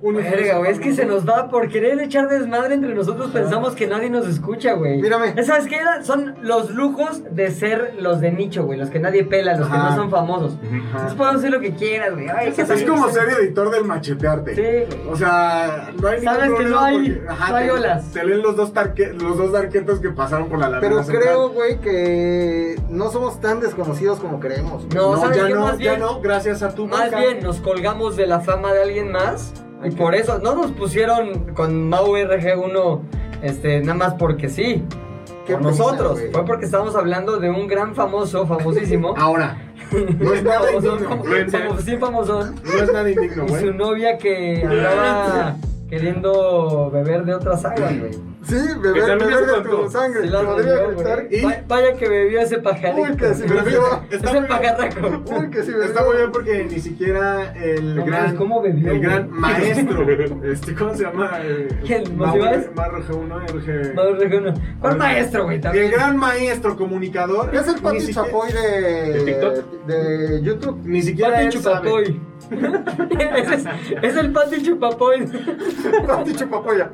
Speaker 8: uniforme.
Speaker 5: Verga, güey, es que se nos va por querer echar desmadre entre nosotros. Pensamos que nadie nos escucha, güey.
Speaker 6: Mírame.
Speaker 5: ¿Sabes qué era? Son los lujos de ser los de nicho, güey. Los que nadie pela, los que
Speaker 8: Ajá.
Speaker 5: no son famosos.
Speaker 7: Ujú.
Speaker 5: Entonces podemos hacer lo que quieras, güey. Ay, que
Speaker 8: Es como ser editor del machetearte.
Speaker 5: Sí.
Speaker 8: O sea, no hay ningún
Speaker 5: Sabes que no
Speaker 8: problema
Speaker 5: hay-
Speaker 8: porque-
Speaker 5: no hay
Speaker 8: te-
Speaker 5: olas.
Speaker 8: Se leen los dos, tarque- los dos arquetos que pasaron por la laguna
Speaker 6: Pero
Speaker 8: central.
Speaker 6: creo, güey, que no somos tan desconocidos como creemos. güey.
Speaker 5: No,
Speaker 8: No,
Speaker 5: ¿sabes
Speaker 8: ya
Speaker 5: qué?
Speaker 8: no,
Speaker 5: Más
Speaker 8: ya
Speaker 5: bien-
Speaker 8: no, gracias a tu
Speaker 5: Más
Speaker 8: boca.
Speaker 5: bien nos colgamos de la fama de alguien más y por eso no nos pusieron con Mau RG1 este, nada más porque sí.
Speaker 6: Qué
Speaker 5: Por nosotros.
Speaker 6: pena, güey.
Speaker 5: Fue porque estábamos hablando de un gran famoso,
Speaker 8: Ah,
Speaker 5: famosísimo.
Speaker 8: Ahora, no es nada
Speaker 5: famosón,
Speaker 8: indigno. Ah,
Speaker 5: famo- sí, famosón.
Speaker 8: No es nada indigno,
Speaker 5: Y su
Speaker 8: güey.
Speaker 5: novia que andaba queriendo beber de otras aguas, güey.
Speaker 6: Sí,
Speaker 7: Que
Speaker 6: beber,
Speaker 7: también
Speaker 6: beber
Speaker 7: se
Speaker 6: de tu
Speaker 7: contó.
Speaker 5: Sí
Speaker 6: sangre.
Speaker 5: la
Speaker 6: Podría
Speaker 5: bebió,
Speaker 6: gritar.
Speaker 5: güey. Va- Vaya que bebió ese pajarito.
Speaker 6: Uy, que sí,
Speaker 5: güey.
Speaker 6: bebió.
Speaker 7: Está
Speaker 5: Ese
Speaker 7: muy bien.
Speaker 5: pajarraco.
Speaker 6: Uy, que sí, bebió.
Speaker 8: Está muy bien porque ni siquiera el
Speaker 5: No
Speaker 8: gran,
Speaker 5: mames, ¿cómo bebió,
Speaker 8: el
Speaker 5: güey?
Speaker 8: gran maestro, este, ¿cómo se llama? Eh,
Speaker 5: ¿Quién?
Speaker 8: Mau-
Speaker 5: ¿Macías?
Speaker 8: Mau RG1, RG.
Speaker 5: Mau RG1. ¿Cuál maestro, güey?
Speaker 8: El
Speaker 5: También.
Speaker 8: gran maestro comunicador.
Speaker 6: Es el
Speaker 8: Ni
Speaker 6: Pati
Speaker 8: siquiera-
Speaker 6: Chapoy de,
Speaker 7: ¿De TikTok?
Speaker 6: de YouTube.
Speaker 8: Ni siquiera
Speaker 5: Pati
Speaker 8: él sabe.
Speaker 5: Chupapoy. Ese es, es el Pati Chupapoy.
Speaker 6: Pati Chapapoya.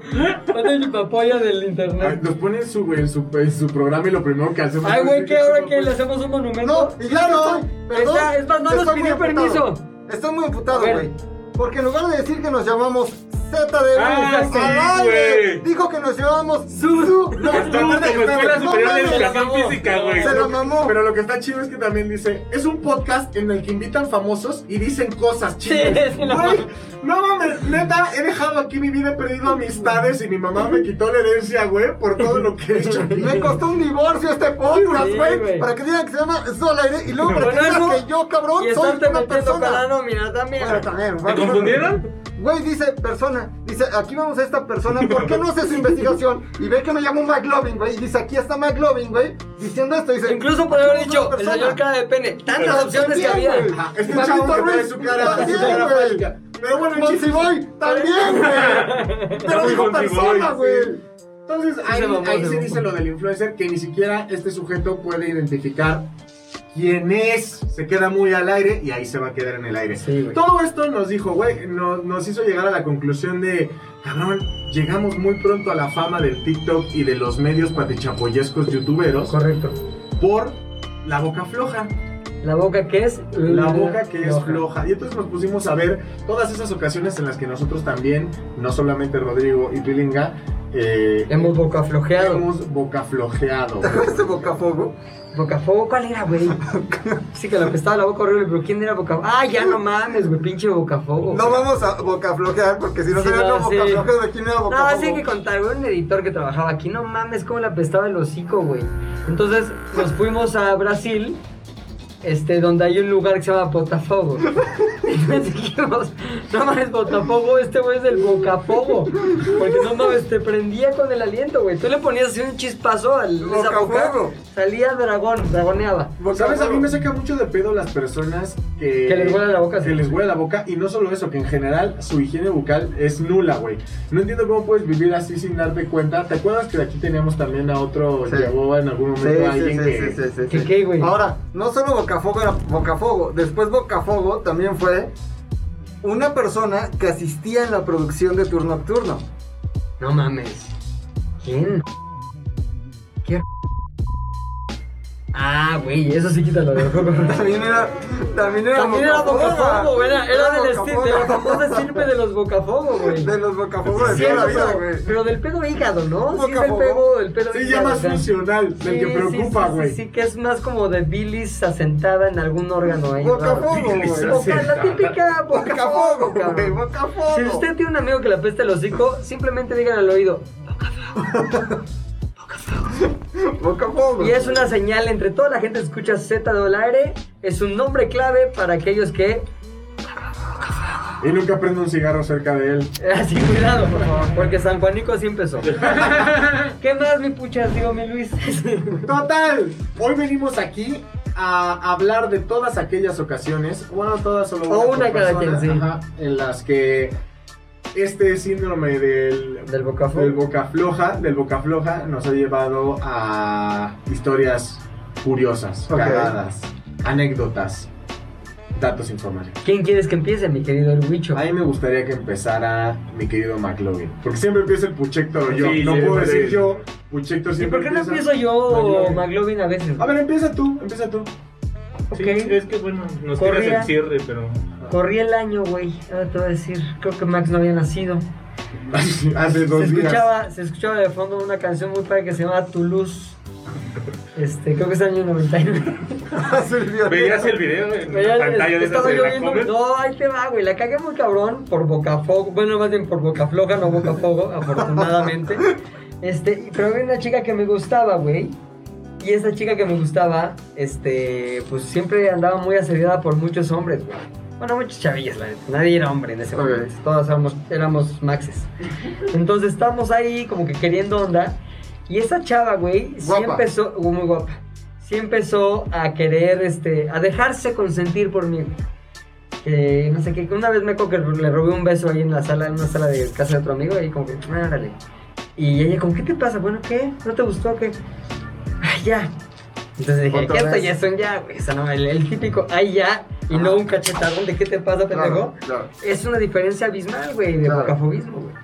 Speaker 5: Pati Chupapoya del
Speaker 8: Ay,
Speaker 5: internet.
Speaker 8: Nos ponen su, en, su, en su programa y lo primero que hacemos
Speaker 5: Ay, güey,
Speaker 8: es
Speaker 5: que ahora que
Speaker 8: Chapapoy.
Speaker 5: le hacemos un
Speaker 6: No,
Speaker 5: monumento.
Speaker 6: y ya no estoy. Perdón,
Speaker 5: Está- es más, no nos
Speaker 6: estoy muy
Speaker 5: pidió
Speaker 6: emputado.
Speaker 5: permiso.
Speaker 6: Estoy muy emputado,
Speaker 5: A ver.
Speaker 6: güey. Porque en lugar de decir que nos llamamos ZDU,
Speaker 7: Ah, sí,
Speaker 6: al aire,
Speaker 7: güey.
Speaker 6: dijo que nos llamamos
Speaker 5: Su-
Speaker 6: Su.
Speaker 7: Estamos como escuela superior de educación física, güey.
Speaker 6: Se lo mamó.
Speaker 8: Pero lo que está chido es que también dice, es un podcast en el que invitan famosos y dicen cosas
Speaker 5: Sí,
Speaker 8: chidas.
Speaker 5: sí, no.
Speaker 8: Güey, no mames, neta, he dejado aquí mi vida, he perdido amistades y mi mamá me quitó la herencia, güey, por todo lo que he hecho aquí.
Speaker 6: Me costó un divorcio este podcast,
Speaker 5: Sí,
Speaker 6: güey.
Speaker 5: güey.
Speaker 6: Para que digan que se llama Sol Aire y luego para
Speaker 5: Bueno,
Speaker 6: que digan
Speaker 5: eso-
Speaker 6: que yo,
Speaker 5: Y
Speaker 6: cabrón, soy
Speaker 5: estarte
Speaker 6: una
Speaker 5: metiendo
Speaker 6: persona.
Speaker 5: cada mira también.
Speaker 6: Bueno, también,
Speaker 7: ¿Te
Speaker 6: vamos.
Speaker 7: confundieron?
Speaker 6: Güey, dice persona. Dice, aquí vamos a esta persona. ¿Por qué no hace su investigación? Y ve que me llamo McLovin, güey. Y dice, aquí está McLovin, güey. Diciendo esto. Dice,
Speaker 5: Incluso podría haber
Speaker 6: "Aquí
Speaker 5: dicho
Speaker 6: vamos a
Speaker 5: el
Speaker 6: una
Speaker 5: señor
Speaker 6: persona".
Speaker 5: cara de pene. Tantas opciones que había.
Speaker 6: También, güey.
Speaker 8: Ajá, Este
Speaker 6: Pablito
Speaker 8: chavo que trae
Speaker 6: Ruiz,
Speaker 8: su cara, su
Speaker 6: también,
Speaker 8: cara
Speaker 6: güey.
Speaker 8: fálica. Pero bueno, el chiste-
Speaker 6: Monsiboy, también, güey. Pero dijo
Speaker 7: Monsiboy,
Speaker 6: persona,
Speaker 7: sí.
Speaker 6: güey.
Speaker 8: Entonces ahí,
Speaker 5: se mamó,
Speaker 8: ahí
Speaker 5: se
Speaker 8: se
Speaker 5: mamó.
Speaker 8: dice lo del influencer que ni siquiera este sujeto puede identificar quién es. Se queda muy al aire y ahí se va a quedar en el aire.
Speaker 5: Sí, güey.
Speaker 8: Todo esto nos dijo, güey, nos, nos hizo llegar a la conclusión de, cabrón, llegamos muy pronto a la fama del TikTok y de los medios patichapoyescos youtuberos
Speaker 5: Correcto.
Speaker 8: por la boca floja.
Speaker 5: La boca que es.
Speaker 8: La boca que es floja. Y entonces nos pusimos a ver todas esas ocasiones en las que nosotros también, no solamente Rodrigo y Pilinga, eh,
Speaker 5: Hemos boca flojeado.
Speaker 8: hemos boca flojeado.
Speaker 6: Este bocafogo.
Speaker 5: Boca fuego, ¿cuál era, güey? sí, que le apestaba la boca horrible, pero ¿quién era boca Ah, ya no mames, güey, pinche boca fuego.
Speaker 6: No vamos a bocaflojear porque si no
Speaker 5: Sí,
Speaker 6: sería
Speaker 5: no,
Speaker 6: no,
Speaker 5: sí.
Speaker 6: bocaflojeo de quién era
Speaker 5: No,
Speaker 6: bocafogo.
Speaker 5: así hay que contar, güey, un editor que trabajaba aquí, no mames, cómo le apestaba el hocico, güey. Entonces nos fuimos a Brasil, este, donde hay un lugar que se llama Botafogo. Entonces dijimos, no mames, Botafogo, este güey es del Bocafogo. Porque no mames, te prendía con el aliento, güey. Tú le ponías así un chispazo al esa boca,
Speaker 6: Bocafogo.
Speaker 5: salía dragón, dragoneaba.
Speaker 8: ¿Sabes? A mí me saca mucho de pedo las personas que...
Speaker 5: Que les huele la boca,
Speaker 8: Que
Speaker 5: sí.
Speaker 8: les huele la boca. Y no solo eso, que en general su higiene bucal es nula, güey. No entiendo cómo puedes vivir así sin darte cuenta. ¿Te acuerdas que de aquí teníamos también a otro...
Speaker 6: Sí.
Speaker 8: Llegó en algún
Speaker 6: Sí,
Speaker 8: momento a
Speaker 6: sí,
Speaker 8: alguien
Speaker 6: sí,
Speaker 8: que...
Speaker 6: sí, sí, sí,
Speaker 5: ¿Qué
Speaker 6: sí.
Speaker 5: qué, güey?
Speaker 6: Ahora, no solo Bocafogo era Bocafogo, después Bocafogo también fue una persona que asistía en la producción de Turno Nocturno.
Speaker 5: No mames. ¿Quién? ¿Qué? Ah, güey, eso sí quítalo del juego.
Speaker 6: También era, también era
Speaker 5: También era bocafogo, era, era del esti-
Speaker 6: Bocafogo.
Speaker 5: de la famosa estirpe de los bocafogo, güey.
Speaker 6: De los Bocafogo de
Speaker 5: Sí,
Speaker 6: toda la
Speaker 5: pero-
Speaker 6: vida, güey.
Speaker 5: Pero del pedo hígado, ¿no? Sí, es el
Speaker 6: Bocafogo.
Speaker 5: pedo, el pedo
Speaker 8: Sí, ya
Speaker 5: hígado.
Speaker 8: más
Speaker 5: o sea.
Speaker 8: funcional, del que
Speaker 5: Sí,
Speaker 8: preocupa,
Speaker 5: sí, sí,
Speaker 8: güey.
Speaker 5: Sí, que es más como de bilis asentada en algún órgano ahí. raro.
Speaker 6: Bocafogo,
Speaker 5: Boca-
Speaker 6: güey.
Speaker 5: la típica bocafogo,
Speaker 6: Bocafogo, güey.
Speaker 5: cabrón.
Speaker 6: Bocafogo.
Speaker 5: Si usted tiene un amigo que le apesta el hocico, simplemente díganle al oído,
Speaker 6: Bocafogo.
Speaker 5: Y es una señal entre toda la gente que escucha Z de aire, es un nombre clave para aquellos que...
Speaker 8: Y nunca prendo un cigarro cerca de él.
Speaker 5: Así, cuidado, por favor, porque San Juanico sí empezó. ¿Qué más, mi puchas? Digo, mi Luis.
Speaker 8: Total, hoy venimos aquí a hablar de todas aquellas ocasiones, bueno, todas solo
Speaker 5: O una
Speaker 8: por
Speaker 5: cada quien, sí.
Speaker 8: ajá, en las que este síndrome del,
Speaker 5: Del bocafogo.
Speaker 8: del boca floja, del boca floja nos ha llevado a historias curiosas,
Speaker 6: Ok.
Speaker 8: cagadas, anécdotas. datos informales.
Speaker 5: ¿Quién quieres que empiece, mi querido Erwicho?
Speaker 8: A mí me gustaría que empezara mi querido McLovin. Porque siempre empieza el Puchector o yo.
Speaker 7: Sí,
Speaker 8: no
Speaker 7: sí,
Speaker 8: puedo
Speaker 7: sí.
Speaker 8: decir yo. Puchector
Speaker 5: ¿Y
Speaker 8: siempre.
Speaker 5: por qué no
Speaker 8: empieza-
Speaker 5: empiezo yo,
Speaker 8: McLovin.
Speaker 5: McLovin, a veces?
Speaker 8: A ver, empieza tú, empieza tú.
Speaker 5: Ok.
Speaker 7: Sí, es que bueno, nos
Speaker 5: Corría.
Speaker 7: tiras el cierre, pero.
Speaker 5: Corrí el año, güey. Ahora te voy a decir, creo que Max no había nacido.
Speaker 8: Hace
Speaker 5: Se
Speaker 8: dos días.
Speaker 5: escuchaba, se escuchaba de fondo una canción muy padre que se llama Toulouse. Este, creo que es año 99.
Speaker 7: Veías el video en la pantalla de esas
Speaker 5: Estaba
Speaker 7: de
Speaker 5: yo
Speaker 7: la
Speaker 5: viendo-
Speaker 7: Comer.
Speaker 5: No, ahí te va, güey. La cagué muy cabrón por boca fogo. Bueno, más bien por boca floja, no boca fogo, afortunadamente. Este, pero había una chica que me gustaba, güey. Y esa chica que me gustaba, este, pues siempre andaba muy asediada por muchos hombres, güey. Bueno, muchas chavillas, la neta. Nadie era hombre en ese
Speaker 8: Ok.
Speaker 5: momento. Todos éramos, éramos maxes. Entonces estábamos ahí como que queriendo onda. Y esa chava, güey, sí
Speaker 6: Guapa.
Speaker 5: empezó, oh, muy guapa, sí empezó a querer, este, a dejarse consentir por mí. güey. Que, no sé qué, que una vez me acuerdo que le robé un beso ahí en la sala, en una sala de casa de otro amigo, y como que, "Ah, órale. Y ella, como, ¿qué te pasa? Bueno, ¿qué? ¿No te gustó? ¿Qué? Ay, ya. Entonces dije,
Speaker 6: Otra
Speaker 5: ¿qué esto
Speaker 6: vez.
Speaker 5: ya son ya, güey? O sea, no, el, el típico, ay, ya, y no un cachetadón de qué te pasa, pendejo
Speaker 6: Claro, claro.
Speaker 5: es una diferencia abismal, güey, de
Speaker 6: Claro.
Speaker 5: bocafobismo, güey.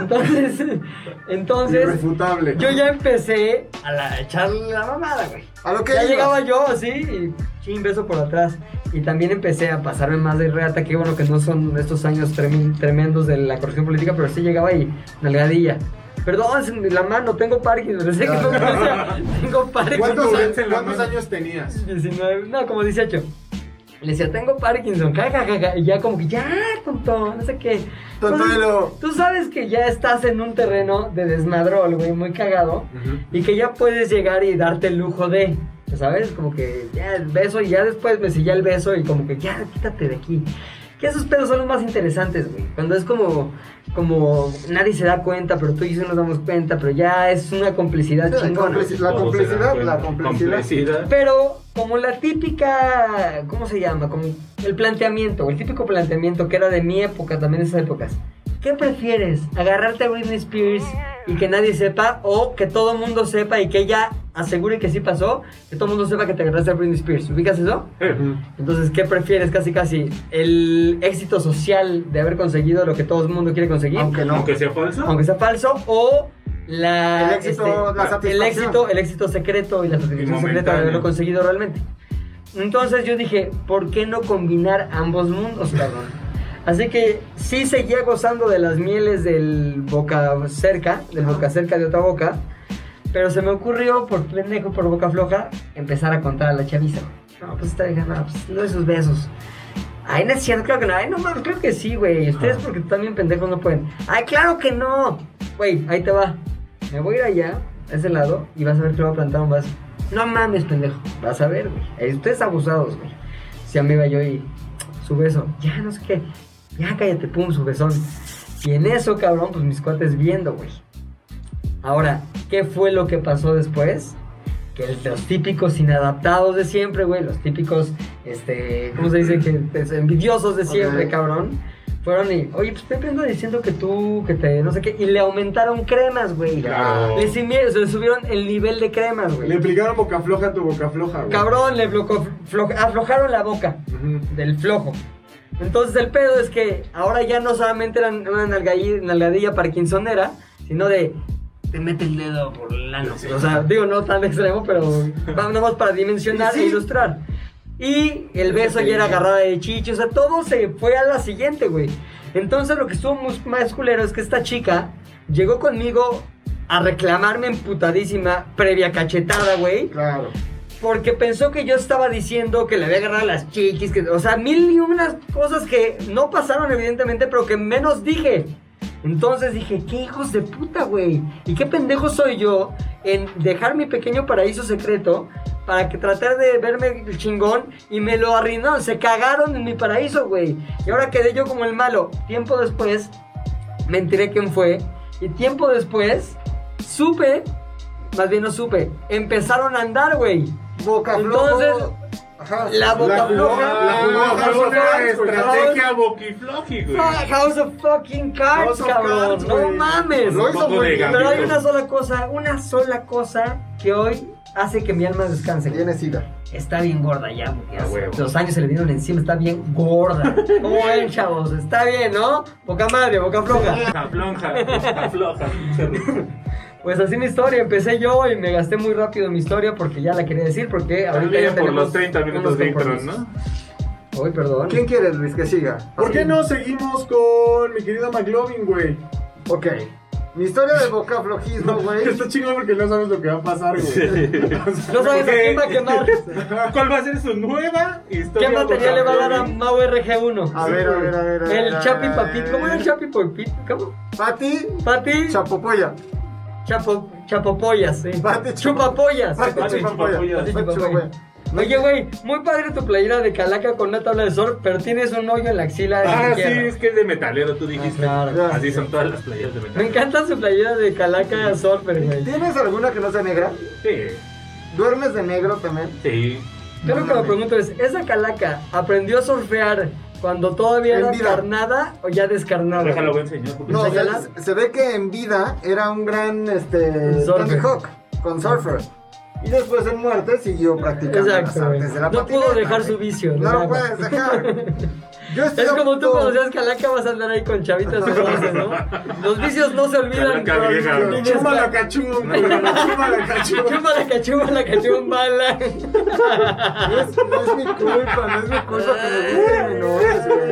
Speaker 5: Entonces, entonces,
Speaker 8: Irrefutable.
Speaker 5: yo ya empecé a, la, a echarle la mamada, güey.
Speaker 6: A lo que
Speaker 5: Ya
Speaker 6: iba.
Speaker 5: llegaba yo así y ching, beso por atrás. Y también empecé a pasarme más de reata, que bueno, que no son estos años tremi- tremendos de la corrección política, pero sí llegaba y nalgadilla. Perdón, se me- la mano, tengo Parkinson, sé que no, o sea, tengo Parkinson.
Speaker 8: ¿Cuántos,
Speaker 7: Con tu-
Speaker 8: cuántos años tenías?
Speaker 5: 19, no, como 18. Le decía, tengo Parkinson, jajaja, y ya como que, ya, tonto, no sé qué. Pues,
Speaker 6: Tontuelo.
Speaker 5: Tú sabes que ya estás en un terreno de desmadrol, güey, muy cagado, y que ya puedes llegar y darte el lujo de, ya ¿sabes? Como que ya el beso, y ya después me silla el beso, y como que, ya, quítate de aquí. Que esos pedos son los más interesantes, güey. Cuando es como, como nadie se da cuenta, pero tú y yo sí nos damos cuenta, pero ya es una complicidad
Speaker 6: La
Speaker 5: chingona.
Speaker 7: Todos se
Speaker 6: complici- la
Speaker 7: dan
Speaker 6: complicidad,
Speaker 7: cuenta.
Speaker 6: la complicidad.
Speaker 5: Pero como la típica, ¿cómo se llama? Como el planteamiento, el típico planteamiento que era de mi época, también de esas épocas. ¿Qué prefieres? ¿Agarrarte a Britney Spears y que nadie sepa o que todo el mundo sepa y que ella asegure que sí pasó? Que todo el mundo sepa que te agarraste a Britney Spears. ¿Ubicas eso?
Speaker 7: Eh,
Speaker 5: Entonces, ¿qué prefieres? Casi, casi el éxito social de haber conseguido lo que todo el mundo quiere conseguir
Speaker 6: Aunque no.
Speaker 7: Aunque sea falso.
Speaker 5: aunque sea falso, o la,
Speaker 6: El éxito, la
Speaker 5: el
Speaker 6: satisfacción.
Speaker 5: éxito, el éxito secreto y la satisfacción secreta de
Speaker 7: Momentáneo.
Speaker 5: haberlo conseguido realmente. Entonces yo dije, ¿por qué no combinar ambos mundos, cabrón? Así que sí seguía gozando de las mieles del boca cerca, del boca cerca de otra boca, pero se me ocurrió, por pendejo, por boca floja, empezar a contar a la chaviza. No, pues está vieja, no, pues no esos besos. Ay, no es cierto, claro que no. Ay, no mames, creo que sí, güey. Ustedes porque también pendejos no pueden. Ay, claro que no. Güey, ahí te va. Me voy a ir allá, a ese lado, y vas a ver que le voy a plantar un vaso. No mames, pendejo. Vas a ver, güey. Ay, Ustedes abusados, güey. Si a mí iba yo y su beso. Ya, no sé qué. Ya, cállate, pum, su besón. Y en eso, cabrón, pues mis cuates viendo, güey. Ahora, ¿qué fue lo que pasó después? Que el- los típicos inadaptados de siempre, güey, los típicos, este, ¿cómo se dice? Que, pues, envidiosos de siempre,
Speaker 6: Ok.
Speaker 5: cabrón. Fueron y, oye, pues Pepe anda diciendo que tú, que te, no sé qué, y le aumentaron cremas, güey.
Speaker 7: Claro.
Speaker 5: Le, simi- o sea, le subieron el nivel de cremas,
Speaker 8: Le
Speaker 5: güey.
Speaker 8: aplicaron boca floja a tu boca floja, güey.
Speaker 5: Cabrón, le blocó, flo- aflojaron la boca
Speaker 8: Ujú.
Speaker 5: del flojo. Entonces el pedo es que ahora ya no solamente era una nalgalli- nalgadilla parkinsonera, sino de te mete el dedo por el ano. O sea, digo, no tan extremo, pero va- nada más para dimensionar e ilustrar. Y el beso ya era agarrada de chichi, o sea, todo se fue a la siguiente, güey. Entonces lo que estuvo mus- más culero es que esta chica llegó conmigo a reclamarme emputadísima, previa cachetada, güey.
Speaker 6: Claro.
Speaker 5: Porque pensó que yo estaba diciendo que le había agarrado las chiquis, que, o sea, mil y unas cosas que no pasaron evidentemente, pero que menos dije. Entonces dije, qué hijos de puta, güey. Y qué pendejo soy yo en dejar mi pequeño paraíso secreto para que tratar de verme el chingón y me lo arruinaron, se cagaron en mi paraíso, güey. Y ahora quedé yo como el malo. Tiempo después me enteré quién fue y tiempo después supe, más bien no supe, empezaron a andar, güey.
Speaker 6: Boca
Speaker 5: Entonces,
Speaker 6: flojo. Ajá.
Speaker 5: La boca floja.
Speaker 8: la jugó
Speaker 5: Ah,
Speaker 8: House of Cards, güey.
Speaker 7: estrategia boquifloji, güey.
Speaker 5: Ah, House of fucking cards,
Speaker 8: House of
Speaker 5: cabrón.
Speaker 8: Cards,
Speaker 5: no
Speaker 8: güey.
Speaker 5: mames.
Speaker 6: Lo
Speaker 7: Un
Speaker 6: hizo
Speaker 7: poco
Speaker 6: muy
Speaker 7: de
Speaker 6: bien,
Speaker 5: Pero hay
Speaker 7: gambito.
Speaker 5: una sola cosa, una sola cosa que hoy hace que mi alma descanse. güey.
Speaker 6: Tiene sida.
Speaker 5: Está bien gorda ya, porque
Speaker 7: A
Speaker 5: hace-
Speaker 7: huevo.
Speaker 5: los años se le vinieron encima, está bien gorda. ¿Cómo ven, chavos? Está bien, ¿no? Boca madre, boca floja.
Speaker 7: Afloja, afloja.
Speaker 5: Pues así mi historia, empecé yo y me gasté muy rápido mi historia porque ya la quería decir, porque ahorita ya
Speaker 7: También por
Speaker 5: tenemos
Speaker 7: los 30
Speaker 5: unos
Speaker 7: minutos de intro,
Speaker 5: compromisos.
Speaker 7: ¿no?
Speaker 5: Uy, perdón.
Speaker 6: ¿Quién quieres, Luis, que siga?
Speaker 8: ¿Por qué no seguimos con mi querido McLovin, güey?
Speaker 6: Ok. Mi historia de boca flojismo, güey.
Speaker 8: Está chingón porque no sabes lo que va a pasar, güey.
Speaker 5: No sabes a
Speaker 7: Ok.
Speaker 5: quién va a quemar.
Speaker 7: ¿Cuál va a ser su nueva
Speaker 5: ¿Qué
Speaker 7: historia?
Speaker 5: material le va a dar a
Speaker 7: boca-
Speaker 5: Mau RG1?
Speaker 6: A ver, a ver, a ver. a ver,
Speaker 5: El
Speaker 6: a
Speaker 5: Chapi
Speaker 6: ver.
Speaker 5: Papito. ¿Cómo era el Chapi Papito? ¿Cómo?
Speaker 6: Pati,
Speaker 5: Pati.
Speaker 6: chapopoya.
Speaker 5: Chapo, chapopollas. sí.
Speaker 6: Pati
Speaker 5: Chupapollas.
Speaker 6: Pati,
Speaker 7: Pati,
Speaker 6: chapopoya. Pati,
Speaker 5: Chupapoyas.
Speaker 6: chapopoya.
Speaker 5: Oye, güey, muy padre tu playera de calaca con una tabla de surf, pero tienes un hoyo en la axila.
Speaker 7: Ah, sí,
Speaker 5: izquierda.
Speaker 7: es que es de metalero, tú dijiste.
Speaker 5: Ah,
Speaker 6: claro.
Speaker 7: Así son todas las playas de
Speaker 5: Me
Speaker 7: metalero.
Speaker 5: encanta su playera de calaca surfer, güey.
Speaker 6: ¿Tienes alguna que no sea negra?
Speaker 7: Sí,
Speaker 6: ¿Duermes de negro también?
Speaker 7: sí.
Speaker 5: Yo lo que me pregunto es, ¿esa calaca aprendió a surfear cuando todavía era
Speaker 6: En vida.
Speaker 5: encarnada o ya descarnada?
Speaker 7: Déjalo, buen señor. porque
Speaker 6: No,
Speaker 7: sí.
Speaker 6: o sea,
Speaker 5: ¿Señalar?
Speaker 6: se, se ve que en vida era un gran este,
Speaker 5: Surfer.
Speaker 6: Tony Hawk con surfer. Y después en muerte siguió practicando
Speaker 5: Exacto,
Speaker 6: las
Speaker 5: güey.
Speaker 6: artes de la
Speaker 5: No
Speaker 6: patineta,
Speaker 5: pudo dejar
Speaker 6: güey.
Speaker 5: su vicio,
Speaker 6: No
Speaker 5: nada.
Speaker 6: lo puedes dejar. Yo estoy
Speaker 5: Es
Speaker 6: a
Speaker 5: como tú
Speaker 6: punto-
Speaker 5: cuando seas calaca vas a andar ahí con chavitas hermosas, ¿no? Los vicios no se olvidan.
Speaker 7: Calaca vieja, güey.
Speaker 8: Chuma la cachumba, chuma la cachumba.
Speaker 5: Chumba la cachumba, la cachumbala.
Speaker 6: No es, no es mi culpa, no es mi culpa que me gusten menores, güey.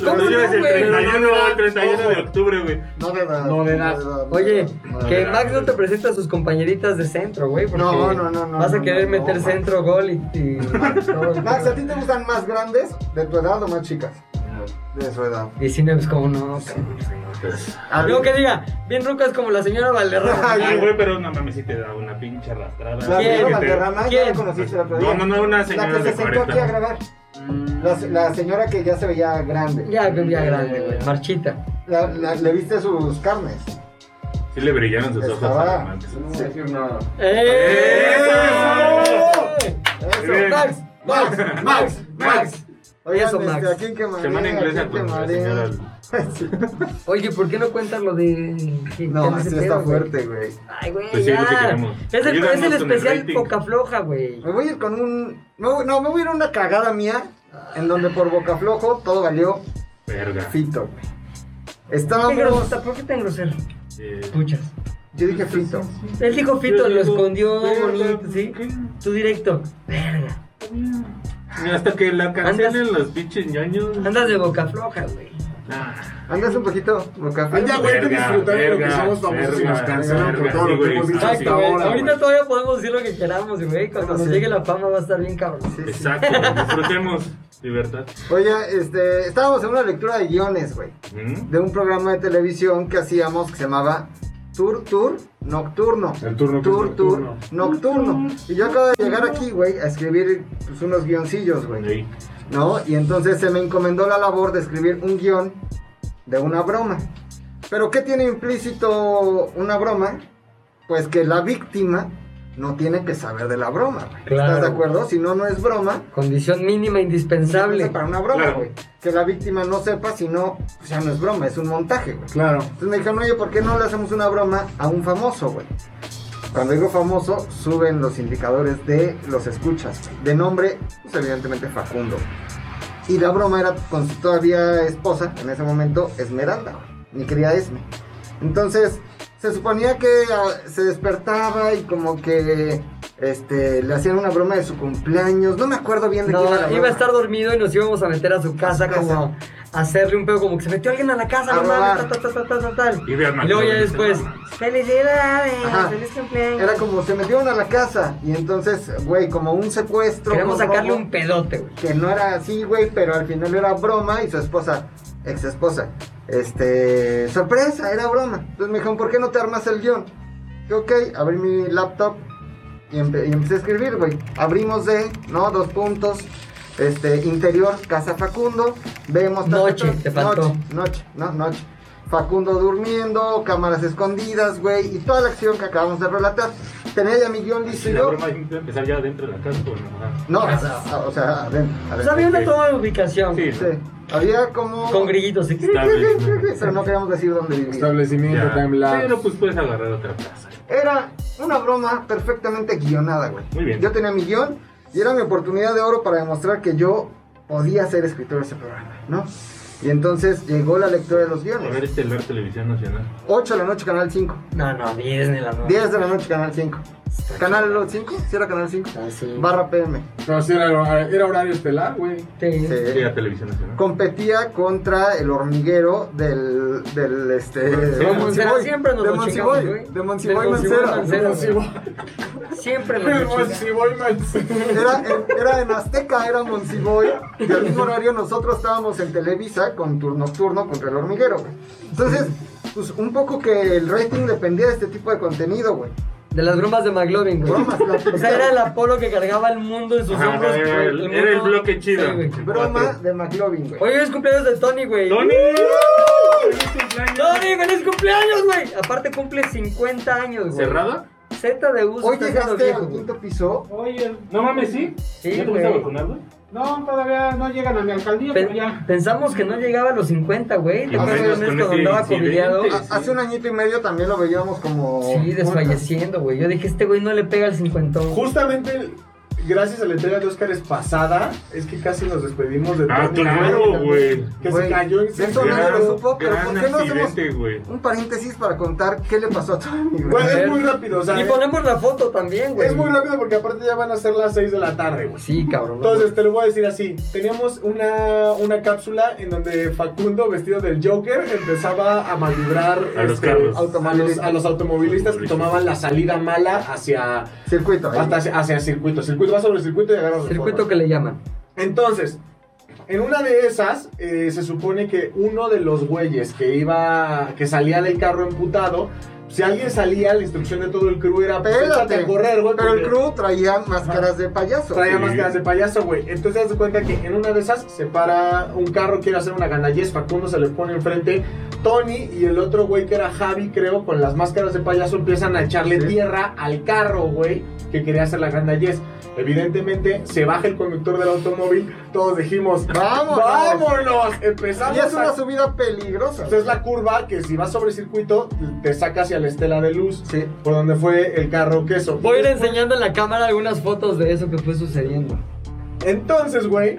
Speaker 7: Lo
Speaker 5: ¿Cómo
Speaker 7: tuyo
Speaker 5: no,
Speaker 7: es el
Speaker 5: güey?
Speaker 7: 31, el 31 de octubre, güey.
Speaker 6: No de edad.
Speaker 8: No de edad.
Speaker 5: Oye,
Speaker 6: no de
Speaker 5: que
Speaker 6: edad.
Speaker 5: Max no te presenta a sus compañeritas de centro, güey. porque
Speaker 6: No, no, no, no,
Speaker 5: Vas a
Speaker 6: no,
Speaker 5: querer
Speaker 6: no,
Speaker 5: meter
Speaker 6: Max.
Speaker 5: centro, gol y... y- todo.
Speaker 6: Max, ¿a ti te gustan más grandes de tu edad o más chicas? De su edad.
Speaker 5: 19 es como no.
Speaker 6: A
Speaker 5: Luego
Speaker 6: ver,
Speaker 5: que diga, bien rucas como la señora Valderrama.
Speaker 6: Ay,
Speaker 7: Ay,
Speaker 6: güey.
Speaker 7: güey, pero no mames si te da una pinche arrastrada.
Speaker 6: La
Speaker 5: ¿Quién?
Speaker 7: Que
Speaker 6: señora
Speaker 7: te-
Speaker 6: Valderrama, ya la
Speaker 5: ¿Quién?
Speaker 6: conociste el otro
Speaker 7: No,
Speaker 6: día.
Speaker 7: no, no, una señora
Speaker 6: La que
Speaker 7: de
Speaker 6: se sentó
Speaker 7: 40.
Speaker 6: aquí a grabar. La, la señora que ya se veía grande.
Speaker 5: Ya, pues, ya grande,
Speaker 6: Eh.
Speaker 5: güey. Marchita.
Speaker 6: La- la- le viste sus carnes.
Speaker 7: Sí le brillaron sus ojos.
Speaker 6: Estaba-
Speaker 7: alarmantes.
Speaker 8: decir nada.
Speaker 5: ¡Eso!
Speaker 7: Bien.
Speaker 5: Max, Max, Max, Max.
Speaker 6: Oigan,
Speaker 5: Eso,
Speaker 6: este,
Speaker 5: Max.
Speaker 6: ¿a quién quemaría?
Speaker 7: Semana
Speaker 6: ¿A
Speaker 7: inglesa
Speaker 6: quién
Speaker 7: con la
Speaker 6: quemaría?
Speaker 7: señora.
Speaker 6: Sí.
Speaker 5: Oye, ¿por qué no cuentas lo de.? que- que
Speaker 6: No,
Speaker 5: ese
Speaker 6: sí
Speaker 5: pedo,
Speaker 6: está
Speaker 5: güey?
Speaker 6: fuerte, güey.
Speaker 5: Ay, güey.
Speaker 7: Pues sí, es lo que
Speaker 5: ya.
Speaker 7: queremos.
Speaker 5: es el,
Speaker 7: Ayúdanos
Speaker 5: es el
Speaker 7: con el
Speaker 5: especial
Speaker 7: rating.
Speaker 5: Poca Floja, güey.
Speaker 6: Me voy a ir con un. No, no, me voy a ir a una cagada mía en donde por boca flojo todo valió
Speaker 7: Verga.
Speaker 6: fito, güey.
Speaker 5: Qué
Speaker 6: Estábamos.
Speaker 5: grosota, ¿Por qué tan grosero?
Speaker 7: Eh,
Speaker 5: Puchas.
Speaker 6: Yo dije fito.
Speaker 5: Él dijo
Speaker 7: Yo
Speaker 5: Fito, lo
Speaker 7: digo,
Speaker 5: escondió
Speaker 7: verga,
Speaker 5: bonito, ¿sí?
Speaker 7: ¿qué?
Speaker 5: Tú directo. Verga.
Speaker 7: Hasta que la
Speaker 5: Andas-
Speaker 7: cancelen los pinches ñoños.
Speaker 5: Andas de boca floja, güey.
Speaker 7: Ah,
Speaker 6: Andas un poquito boca
Speaker 8: Ay,
Speaker 6: flojo.
Speaker 8: ya, güey, que
Speaker 7: Verga,
Speaker 8: disfrutar de lo que
Speaker 7: verga,
Speaker 8: somos famosos y nos
Speaker 7: verga,
Speaker 8: cancelan por
Speaker 7: verga,
Speaker 8: todo
Speaker 7: sí,
Speaker 8: lo que
Speaker 7: güey.
Speaker 8: hemos dicho
Speaker 7: Exacto,
Speaker 8: hasta
Speaker 5: güey.
Speaker 8: ahora.
Speaker 5: Ahorita
Speaker 8: güey.
Speaker 5: todavía podemos decir lo que queramos, güey. Cuando
Speaker 6: Eso
Speaker 5: nos
Speaker 6: sí.
Speaker 5: llegue la fama va a estar bien cabrón.
Speaker 6: Sí, sí.
Speaker 7: Exacto. Disfrutemos. Libertad.
Speaker 6: Oye, este, estábamos en una lectura de guiones, güey.
Speaker 7: ¿Mm?
Speaker 6: de un programa de televisión que hacíamos que se llamaba Tour Tour Nocturno.
Speaker 8: El turno que es
Speaker 6: Tour Tour
Speaker 8: nocturno.
Speaker 6: Nocturno. Y yo acabo de llegar aquí, güey, a escribir pues, unos guioncillos, güey.
Speaker 7: Ahí.
Speaker 6: ¿No? Y entonces se me encomendó la labor de escribir un guión de una broma. Pero ¿qué tiene implícito una broma? Pues que la víctima no tiene que saber de la broma, güey.
Speaker 5: Claro.
Speaker 6: ¿Estás de acuerdo? Si no, no es broma.
Speaker 5: Condición mínima indispensable.
Speaker 6: Para una broma,
Speaker 7: Claro.
Speaker 6: güey. Que la víctima no sepa, si no, pues ya no es broma, es un montaje, güey.
Speaker 8: Claro.
Speaker 6: Entonces me dijeron, oye, ¿por qué no le hacemos una broma a un famoso, güey? Cuando digo famoso, suben los indicadores de los escuchas, güey. de nombre, pues evidentemente Facundo. Y la broma era con su todavía esposa, en ese momento, Esmeralda, güey, mi querida Esme. Entonces, se suponía que ah, se despertaba y como que este, le hacían una broma de su cumpleaños. No me acuerdo bien de qué
Speaker 5: No,
Speaker 6: iba la
Speaker 5: iba
Speaker 6: broma.
Speaker 5: a estar dormido y nos íbamos a meter a su casa
Speaker 6: Casa.
Speaker 5: como a hacerle un pedo como que se metió alguien a la casa,
Speaker 6: A
Speaker 5: no mames,
Speaker 6: robar.
Speaker 5: tal, tal, tal, tal, tal, tal.
Speaker 7: Y ve al
Speaker 5: luego ya
Speaker 7: McDonald's,
Speaker 5: después,
Speaker 7: no mames.
Speaker 5: felicidades,
Speaker 6: Ajá.
Speaker 5: feliz cumpleaños.
Speaker 6: Era como se metieron a la casa y entonces, güey, como un secuestro.
Speaker 5: Queremos
Speaker 6: con
Speaker 5: sacarle
Speaker 6: robo.
Speaker 5: un pedote, güey.
Speaker 6: que no era así, güey, pero al final era broma y su esposa, ex esposa, este, sorpresa, era broma. Entonces me dijeron, ¿por qué no te armas el guión? Dije, ok, abrí mi laptop y, empe- y empecé a escribir, güey. Abrimos de, ¿no? Dos puntos. Este, interior, casa Facundo. Vemos ta, ta, ta,
Speaker 5: Noche, te faltó.
Speaker 6: Noche, noche, no, noche. Facundo durmiendo, cámaras escondidas, güey, y toda la acción que acabamos de relatar. Tenía ya mi guión listo y
Speaker 7: La
Speaker 6: yo.
Speaker 7: broma tiene que empezar ya dentro de la casa. ¿o no? Ah.
Speaker 6: No, o sea, adentro.
Speaker 5: Pues
Speaker 6: adentro.
Speaker 5: había una toma de ubicación
Speaker 7: Sí,
Speaker 6: Sí, había como.
Speaker 5: con grillitos. ¿sí?
Speaker 7: Estable.
Speaker 6: Pero no queríamos decir dónde vivía.
Speaker 8: Establecimiento,
Speaker 7: Ya. pues,
Speaker 8: timelapse.
Speaker 7: Pero pues puedes agarrar otra casa.
Speaker 6: Era Una broma perfectamente guionada, güey.
Speaker 7: Muy bien.
Speaker 6: Yo tenía mi guión y era mi oportunidad de oro para demostrar que yo podía ser escritor de ese programa, ¿no? Y entonces llegó la lectura de los
Speaker 7: A ver
Speaker 6: guiones.
Speaker 7: este ver Televisión Nacional.
Speaker 6: 8 de la noche, Canal 5.
Speaker 5: No, no, 10 ni la noche.
Speaker 6: 10 de la noche, Canal 5. ¿Canal 5? ¿Sí era Canal 5?
Speaker 5: Ah,
Speaker 6: Barra PM.
Speaker 8: Pero sí era, era horario estelar, güey.
Speaker 5: Sí.
Speaker 6: Sí.
Speaker 7: Sí, a Televisión Nacional.
Speaker 6: Eh, competía contra el hormiguero del, del este
Speaker 5: Mancera,
Speaker 6: Monsiboy.
Speaker 5: siempre nos
Speaker 6: de
Speaker 5: lo
Speaker 6: Monsiboy,
Speaker 5: chingamos, güey.
Speaker 6: de Monsiboy
Speaker 5: Del Monsiboy
Speaker 6: Mancera.
Speaker 5: Mancera.
Speaker 8: Si voy,
Speaker 5: Siempre nos lo chinga.
Speaker 8: si pues, voy mal.
Speaker 6: Era, en- era en Azteca, era Monsiboy, y al mismo horario nosotros estábamos en Televisa con turno nocturno contra el hormiguero, güey. Entonces, pues un poco que el rating dependía de este tipo de contenido, güey.
Speaker 5: De las bromas de McLovin, güey.
Speaker 6: Bromas, la-
Speaker 5: O sea, era el Apolo que cargaba el mundo en sus
Speaker 7: Ajá,
Speaker 5: hombros.
Speaker 7: era
Speaker 5: güey,
Speaker 7: el-
Speaker 5: mundo-
Speaker 7: era el bloque chido.
Speaker 5: Sí, güey.
Speaker 6: Broma
Speaker 7: Cuatro.
Speaker 6: de McLovin, güey.
Speaker 5: Hoy es cumpleaños de Tony, güey.
Speaker 7: ¡Tony! ¡Feliz cumpleaños!
Speaker 5: ¡Tony, feliz cumpleaños, güey! Aparte cumple 50 años, güey.
Speaker 7: ¿Cerrada?
Speaker 5: Z de uso.
Speaker 6: Hoy
Speaker 5: está haciendo
Speaker 6: llegaste
Speaker 5: viejo,
Speaker 6: al
Speaker 5: güey.
Speaker 6: quinto piso.
Speaker 9: Oye,
Speaker 7: No mames, sí.
Speaker 5: Sí,
Speaker 7: ¿Ya te
Speaker 5: güey.
Speaker 7: fuiste a vacunar, güey?
Speaker 9: no, todavía no llegan a mi alcaldía,
Speaker 5: Pe-
Speaker 9: pero ya.
Speaker 5: pensamos que no llegaba a los 50, güey. ¿Te
Speaker 7: Y
Speaker 5: acuerdas de
Speaker 7: menos
Speaker 5: un mes
Speaker 7: con
Speaker 5: cuando
Speaker 7: ese
Speaker 5: andaba
Speaker 7: incidente. Ah,
Speaker 5: covidiado?
Speaker 7: Sí,
Speaker 6: A- Ah, Hace un añito y medio también lo veíamos como.
Speaker 5: Sí, desfalleciendo, güey. Yo dije, este güey no le pega al 50.
Speaker 8: Justamente gracias a la entrega de Óscares pasada, es que casi nos despedimos de
Speaker 7: Ah,
Speaker 8: Tony
Speaker 7: claro,
Speaker 8: Rubio,
Speaker 7: güey.
Speaker 8: Que
Speaker 6: Güey,
Speaker 8: se cayó en
Speaker 6: de eso nadie
Speaker 7: Gran-
Speaker 6: lo supo, pero
Speaker 7: gran
Speaker 6: ¿por qué no hacemos-
Speaker 7: accidente, güey.
Speaker 6: un paréntesis para contar qué le pasó a Tony. güey.
Speaker 8: Bueno, eh, es muy rápido, o sea,
Speaker 7: eh.
Speaker 5: Y
Speaker 8: es-
Speaker 5: ponemos la foto también, güey.
Speaker 8: es muy rápido porque aparte ya van a ser las 6 de la tarde, güey.
Speaker 5: Sí, cabrón. no,
Speaker 8: Entonces, te lo voy a decir así. Teníamos una, una cápsula en donde Facundo, vestido del Joker, empezaba a malibrar
Speaker 7: A los carros.
Speaker 8: automovilistas, a los automovilistas que tomaban la salida mala hacia,
Speaker 6: Circuito. ahí.
Speaker 8: hasta hacia, hacia circuito. Circuito va sobre circuito y agarra su
Speaker 5: Circuito
Speaker 8: forma.
Speaker 5: que le llaman.
Speaker 8: Entonces, en una de esas, eh, se supone que uno de los güeyes que iba, que salía del carro emputado, si alguien salía, la instrucción de todo el crew era, pues, échate
Speaker 6: Espérate.
Speaker 8: a correr, güey.
Speaker 6: Pero el
Speaker 8: porque-
Speaker 6: crew traía máscaras de payaso.
Speaker 8: Traía
Speaker 7: Sí.
Speaker 8: máscaras de payaso, güey. Entonces, haz de cuenta que en una de esas se para un carro, quiere hacer una ganallez. Facundo se le pone enfrente. Tony y el otro güey que era Javi, creo, con las máscaras de payaso empiezan a echarle
Speaker 6: Sí.
Speaker 8: tierra al carro, güey, que quería hacer la ganallez. Evidentemente, se baja el conductor del automóvil. Todos dijimos,
Speaker 6: Vámonos.
Speaker 8: ¡Vámonos!
Speaker 6: Y es
Speaker 8: Empezamos
Speaker 6: una
Speaker 8: a...
Speaker 6: subida peligrosa.
Speaker 8: Esta es la curva que si vas sobre circuito, te saca hacia la estela de luz.
Speaker 6: Sí.
Speaker 8: Por donde fue el carro queso.
Speaker 5: Voy a ir enseñando en la cámara algunas fotos de eso que fue sucediendo.
Speaker 8: Entonces, güey,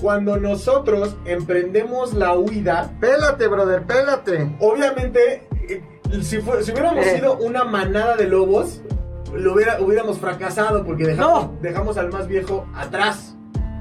Speaker 8: cuando nosotros emprendemos la huida,
Speaker 6: Pélate, brother, pélate.
Speaker 8: obviamente, eh, si, fue- si hubiéramos
Speaker 5: Eh.
Speaker 8: sido una manada de lobos, lo hubiera- hubiéramos fracasado porque dejamos,
Speaker 5: No.
Speaker 8: dejamos al más viejo atrás.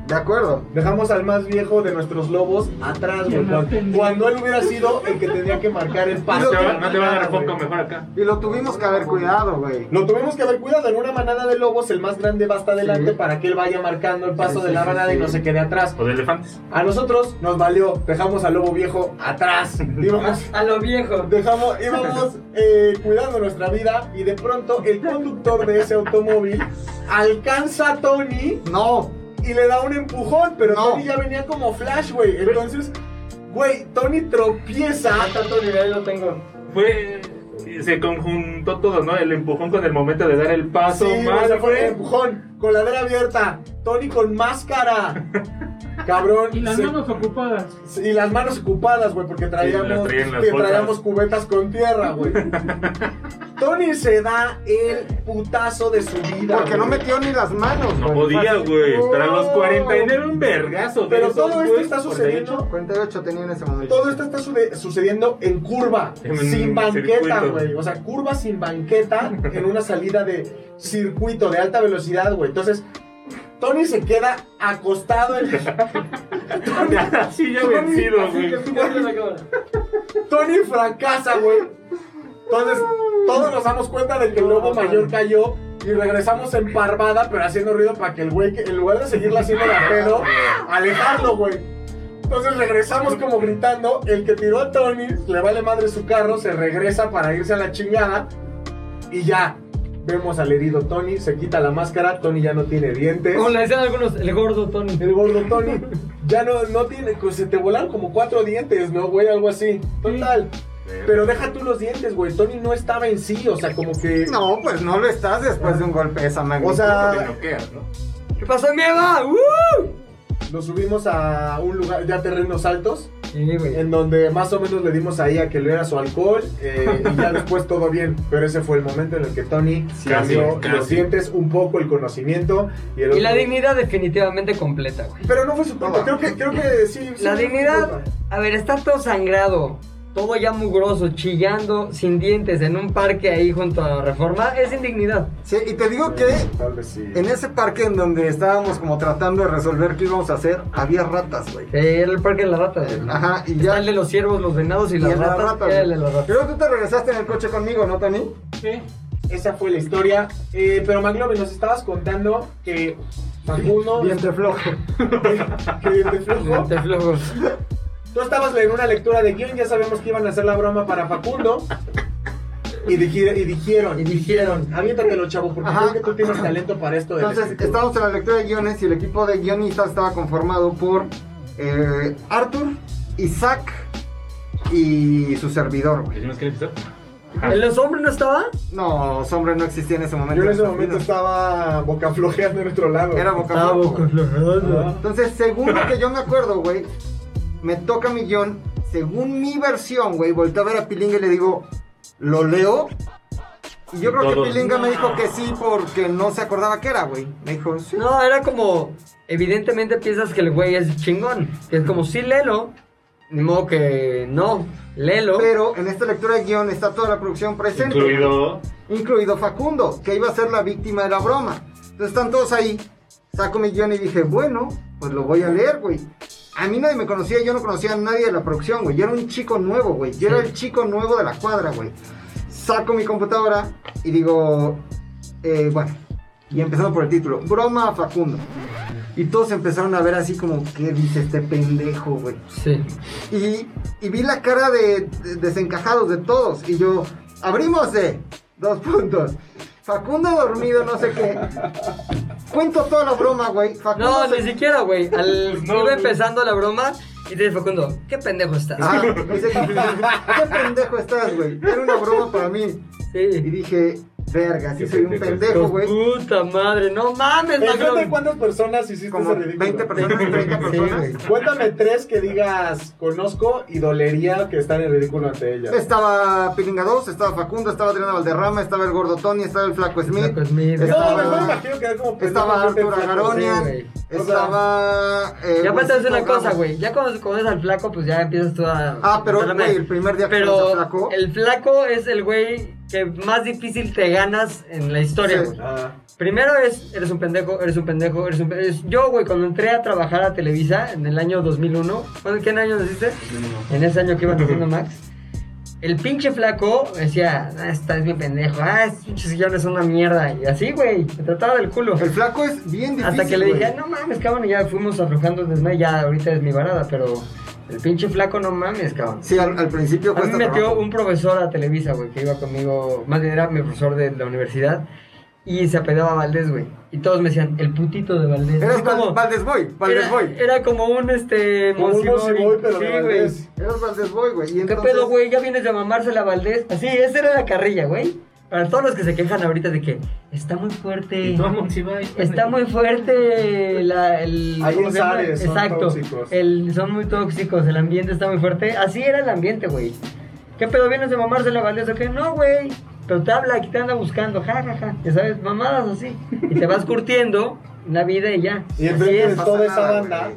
Speaker 6: De acuerdo.
Speaker 8: Dejamos al más viejo de nuestros lobos atrás, güey. Cuando, cuando él hubiera sido el que tenía que marcar el
Speaker 7: No
Speaker 8: paso.
Speaker 7: te va- no te va a dar
Speaker 8: Güey.
Speaker 7: foco mejor acá.
Speaker 6: Y lo tuvimos que haber cuidado, güey.
Speaker 8: Lo tuvimos que haber cuidado. En una manada de lobos, el más grande va hasta adelante
Speaker 6: Sí.
Speaker 8: para que él vaya marcando el paso
Speaker 6: Sí,
Speaker 8: de la
Speaker 6: sí, sí,
Speaker 8: manada
Speaker 6: sí.
Speaker 8: y no se quede atrás.
Speaker 7: O de elefantes.
Speaker 8: A nosotros nos valió, dejamos al lobo viejo atrás. Íbamos,
Speaker 5: A lo viejo.
Speaker 8: dejamos, íbamos eh, cuidando nuestra vida y de pronto el conductor de ese automóvil alcanza a Tony
Speaker 6: No.
Speaker 8: y le da un empujón, pero
Speaker 6: No.
Speaker 8: Tony ya venía como flash, güey. Entonces, güey, Tony tropieza.
Speaker 5: Ah, Tanto nivel lo tengo.
Speaker 7: Fue. Se conjuntó todo, ¿no? El empujón con el momento de dar el paso.
Speaker 8: Sí, güey,
Speaker 7: más,
Speaker 8: se fue el
Speaker 7: güey.
Speaker 8: empujón, coladera abierta, Tony con máscara. Cabrón.
Speaker 9: Y las
Speaker 8: se-
Speaker 9: manos ocupadas.
Speaker 8: Y las manos ocupadas, güey, porque
Speaker 7: las
Speaker 8: traíamos,
Speaker 7: traía en las
Speaker 8: que
Speaker 7: bolsas.
Speaker 8: traíamos cubetas con tierra, güey. Tony se da el putazo de su vida.
Speaker 6: Porque no
Speaker 8: güey.
Speaker 6: metió ni las manos,
Speaker 7: No
Speaker 6: güey.
Speaker 7: podía, güey. Para los
Speaker 8: No.
Speaker 7: 40 y era un vergazo. de
Speaker 8: Pero
Speaker 7: esos,
Speaker 8: todo esto
Speaker 7: güey,
Speaker 8: está
Speaker 7: 48.
Speaker 8: sucediendo.
Speaker 6: 48 tenía en ese momento.
Speaker 8: Todo esto está sude- sucediendo en curva,
Speaker 7: En
Speaker 8: sin banqueta,
Speaker 7: circuito.
Speaker 8: güey. O sea, curva sin banqueta en una salida de circuito de alta velocidad, güey. Entonces, Tony se queda acostado en
Speaker 7: Así ya vencido, güey.
Speaker 8: Tony fracasa, güey. Entonces, todos nos damos cuenta de que el lobo mayor cayó y regresamos en parvada, pero haciendo ruido para que el güey, que- en lugar de seguirle haciendo la pedo, alejarlo, güey. Entonces regresamos como gritando, el que tiró a Tony, le vale madre su carro, se regresa para irse a la chingada y ya. Vemos al herido Tony, se quita la máscara, Tony ya no tiene dientes.
Speaker 5: Como le decían algunos, el gordo Tony.
Speaker 8: El gordo Tony ya no, no tiene, pues, se te volaron como cuatro dientes, ¿no, güey? Algo así. Total. Pero deja tú los dientes, güey. Tony no estaba en sí, o sea, como que.
Speaker 6: No, pues no lo estás después de un golpe de esa magnitud.
Speaker 8: O
Speaker 7: Te
Speaker 8: sea,
Speaker 7: noqueas, ¿no?
Speaker 5: ¿Qué pasó, mi Eva? ¡Uh!
Speaker 8: lo subimos a un lugar, ya terrenos altos.
Speaker 5: Sí, güey.
Speaker 8: en donde más o menos le dimos ahí a que le era su alcohol eh, y ya después todo bien. Pero ese fue el momento en el que Tony
Speaker 7: Sí,
Speaker 8: cambió
Speaker 7: casi,
Speaker 8: los
Speaker 7: casi.
Speaker 8: dientes, un poco el conocimiento y el
Speaker 5: Y la
Speaker 8: otro-
Speaker 5: dignidad definitivamente completa, güey.
Speaker 8: Pero no fue su culpa. Creo que, creo que sí. sí,
Speaker 5: La
Speaker 8: no fue su
Speaker 5: dignidad,
Speaker 8: culpa.
Speaker 5: a ver, estar todo sangrado, todo ya mugroso, chillando, sin dientes, en un parque ahí junto a Reforma, es indignidad.
Speaker 6: Sí, y te digo que
Speaker 8: Tal vez sí.
Speaker 6: en ese parque en donde estábamos como tratando de resolver qué íbamos a hacer, había ratas, güey.
Speaker 5: Eh, Era el parque de las ratas. güey.
Speaker 6: Ajá, y
Speaker 5: Está
Speaker 6: ya.
Speaker 5: el de los ciervos, los venados y,
Speaker 6: y
Speaker 5: las
Speaker 6: el de las
Speaker 5: ratas.
Speaker 6: ratas,
Speaker 5: era el de
Speaker 6: güey.
Speaker 5: las ratas.
Speaker 6: Creo que tú te regresaste en el coche conmigo, ¿no, Tony?
Speaker 9: Sí.
Speaker 8: Esa fue la historia. Eh, pero Maglobe, nos estabas contando que Facundo.
Speaker 6: Diente flojo.
Speaker 8: que diente flojo.
Speaker 5: Te flojo.
Speaker 8: Tú estabas en una lectura de guión, ya sabemos que iban a hacer la broma para Facundo. Y, digi- y dijeron,
Speaker 5: Y dijeron.
Speaker 8: aviéntatelo, chavo, porque
Speaker 6: Ajá.
Speaker 8: creo que tú tienes talento para esto. de la
Speaker 6: Entonces,
Speaker 8: escritura".
Speaker 6: estábamos en la lectura de guiones y el equipo de guionistas estaba conformado por eh, Arthur, Isaac y su servidor, güey.
Speaker 7: ¿Decimos que episodio?
Speaker 5: ¿En los hombres no estaba?
Speaker 6: No, hombre, no existía en ese momento.
Speaker 8: Yo en ese momento estaba boca flojeando en otro lado.
Speaker 6: Era boca flojo, güey.
Speaker 8: Ah.
Speaker 6: Entonces, según lo que yo me acuerdo, güey, me toca mi guión. Según mi versión, güey, volteé a ver a Pilinga y le digo, ¿lo leo? Y yo
Speaker 7: Y
Speaker 6: creo que
Speaker 7: todos,
Speaker 6: Pilinga me
Speaker 7: "No".
Speaker 6: dijo que sí porque no se acordaba que era, güey. Me dijo, sí.
Speaker 5: No, era como. Evidentemente piensas que el güey es chingón. Que es como, sí, lelo. Ni modo que no. Lelo.
Speaker 6: Pero en esta lectura de guión está toda la producción presente.
Speaker 7: Incluido.
Speaker 6: incluido Facundo, que iba a ser la víctima de la broma. Entonces están todos ahí. Saco mi guión y dije, bueno, pues lo voy a leer, güey. A mí nadie me conocía, yo no conocía a nadie de la producción, güey. Yo era un chico nuevo, güey. Yo era el chico nuevo de la cuadra, güey. Saco mi computadora y digo, eh, bueno, y empezando por el título, broma a Facundo. Y todos empezaron a ver así como, ¿qué dice este pendejo, güey?
Speaker 5: Sí.
Speaker 6: Y, y vi la cara de, de- desencajados de todos. Y yo, abrimos eh! de dos puntos. Facundo dormido, no sé qué. Cuento toda la broma, güey.
Speaker 5: No,
Speaker 6: Facundo se-
Speaker 5: ni siquiera, güey. Al...
Speaker 7: No,
Speaker 5: iba
Speaker 7: güey.
Speaker 5: empezando la broma y te dice Facundo, qué pendejo estás.
Speaker 6: Ah, dice, qué pendejo estás, güey. Era una broma para mí. Y
Speaker 5: sí.
Speaker 6: dije, verga, sí
Speaker 7: Qué
Speaker 6: soy un
Speaker 7: pendejo
Speaker 6: pendejo, güey.
Speaker 5: Puta madre, no mames,
Speaker 8: ¿En frente de
Speaker 5: Macron.
Speaker 8: cuántas personas hiciste
Speaker 6: Como
Speaker 8: ese ridículo?
Speaker 6: 20 personas, 30
Speaker 5: Sí,
Speaker 6: personas.
Speaker 5: güey.
Speaker 8: Cuéntame tres que digas conozco y dolería que están en ridículo ante ellas.
Speaker 6: Estaba Pilinga 2, estaba Facundo, estaba Adriana Valderrama, estaba el Gordo Tony, estaba el Flaco Smith.
Speaker 5: Flaco Smith. pues
Speaker 8: No,
Speaker 6: estaba-
Speaker 8: mejor imagino que era como pendejo
Speaker 6: Estaba
Speaker 8: frente a
Speaker 6: Arturo
Speaker 8: frente.
Speaker 5: Sí,
Speaker 6: Agaronian,
Speaker 5: güey.
Speaker 6: estaba... eh,
Speaker 5: Ya aparte es
Speaker 6: Juancito
Speaker 5: una cosa,
Speaker 6: Ramos.
Speaker 5: güey. Ya cuando conoces al flaco, pues ya empiezas tú a.
Speaker 6: Ah, pero,
Speaker 5: Perdóname.
Speaker 6: güey, el primer día que
Speaker 5: Pero
Speaker 6: conoces al flaco-
Speaker 5: El flaco es el güey que más difícil te ganas en la historia,
Speaker 6: Sí.
Speaker 5: güey.
Speaker 8: Ah,
Speaker 5: Primero es, eres un pendejo, eres un pendejo, eres un pendejo. Yo, güey, cuando entré a trabajar a Televisa en el año 2001, ¿cuándo- ¿qué año naciste? En ese año que iba naciendo Max. El pinche flaco decía, ah, esta es mi pendejo, ah, estos pinches guiones son una mierda. Y así, güey, me trataba del culo.
Speaker 6: El flaco es bien difícil.
Speaker 5: Hasta que le dije, "Ah,
Speaker 6: güey.
Speaker 5: no mames, cabrón, y ya fuimos aflojando desde ya ahorita es mi varada, pero el pinche flaco no mames, cabrón.
Speaker 6: Sí, al, al principio
Speaker 5: A mí
Speaker 6: cuesta
Speaker 5: me metió
Speaker 6: trabajo.
Speaker 5: un profesor a Televisa, güey, que iba conmigo, más bien era mi profesor de la universidad, y se apedaba a Valdés, güey. Y todos me decían, el putito de Valdés.
Speaker 6: Eras
Speaker 5: Así
Speaker 6: Val-
Speaker 5: como-
Speaker 6: Valdés Boy, Valdés
Speaker 5: era,
Speaker 6: Boy.
Speaker 5: era como un, este,
Speaker 8: Como un
Speaker 5: Monsignori.
Speaker 8: Monsignori, pero de
Speaker 5: Sí, güey.
Speaker 8: Valdés.
Speaker 6: Eras Valdés Boy, güey. y
Speaker 5: ¿Qué
Speaker 6: entonces-
Speaker 5: pedo, güey? Ya vienes de mamársela a Valdés. Así, esa era la carrilla, güey. Para todos los que se quejan ahorita de que está muy fuerte.
Speaker 7: Y todo si va.
Speaker 5: Está muy fuerte la, el...
Speaker 8: Hay
Speaker 5: ¿cómo se llama?
Speaker 8: ensares, son
Speaker 5: Exacto.
Speaker 8: tóxicos.
Speaker 5: El, son muy tóxicos, el ambiente está muy fuerte. Así era el ambiente, güey. ¿Qué pedo vienes de mamarse la Valdés o qué? No, güey. Pero te habla, aquí te anda buscando, ja, ja, ja. Ya sabes, mamadas así. Y te vas curtiendo la vida y ya. así
Speaker 8: Y enfrente de
Speaker 5: es.
Speaker 6: pasa
Speaker 8: toda esa
Speaker 6: nada,
Speaker 8: banda.
Speaker 6: güey.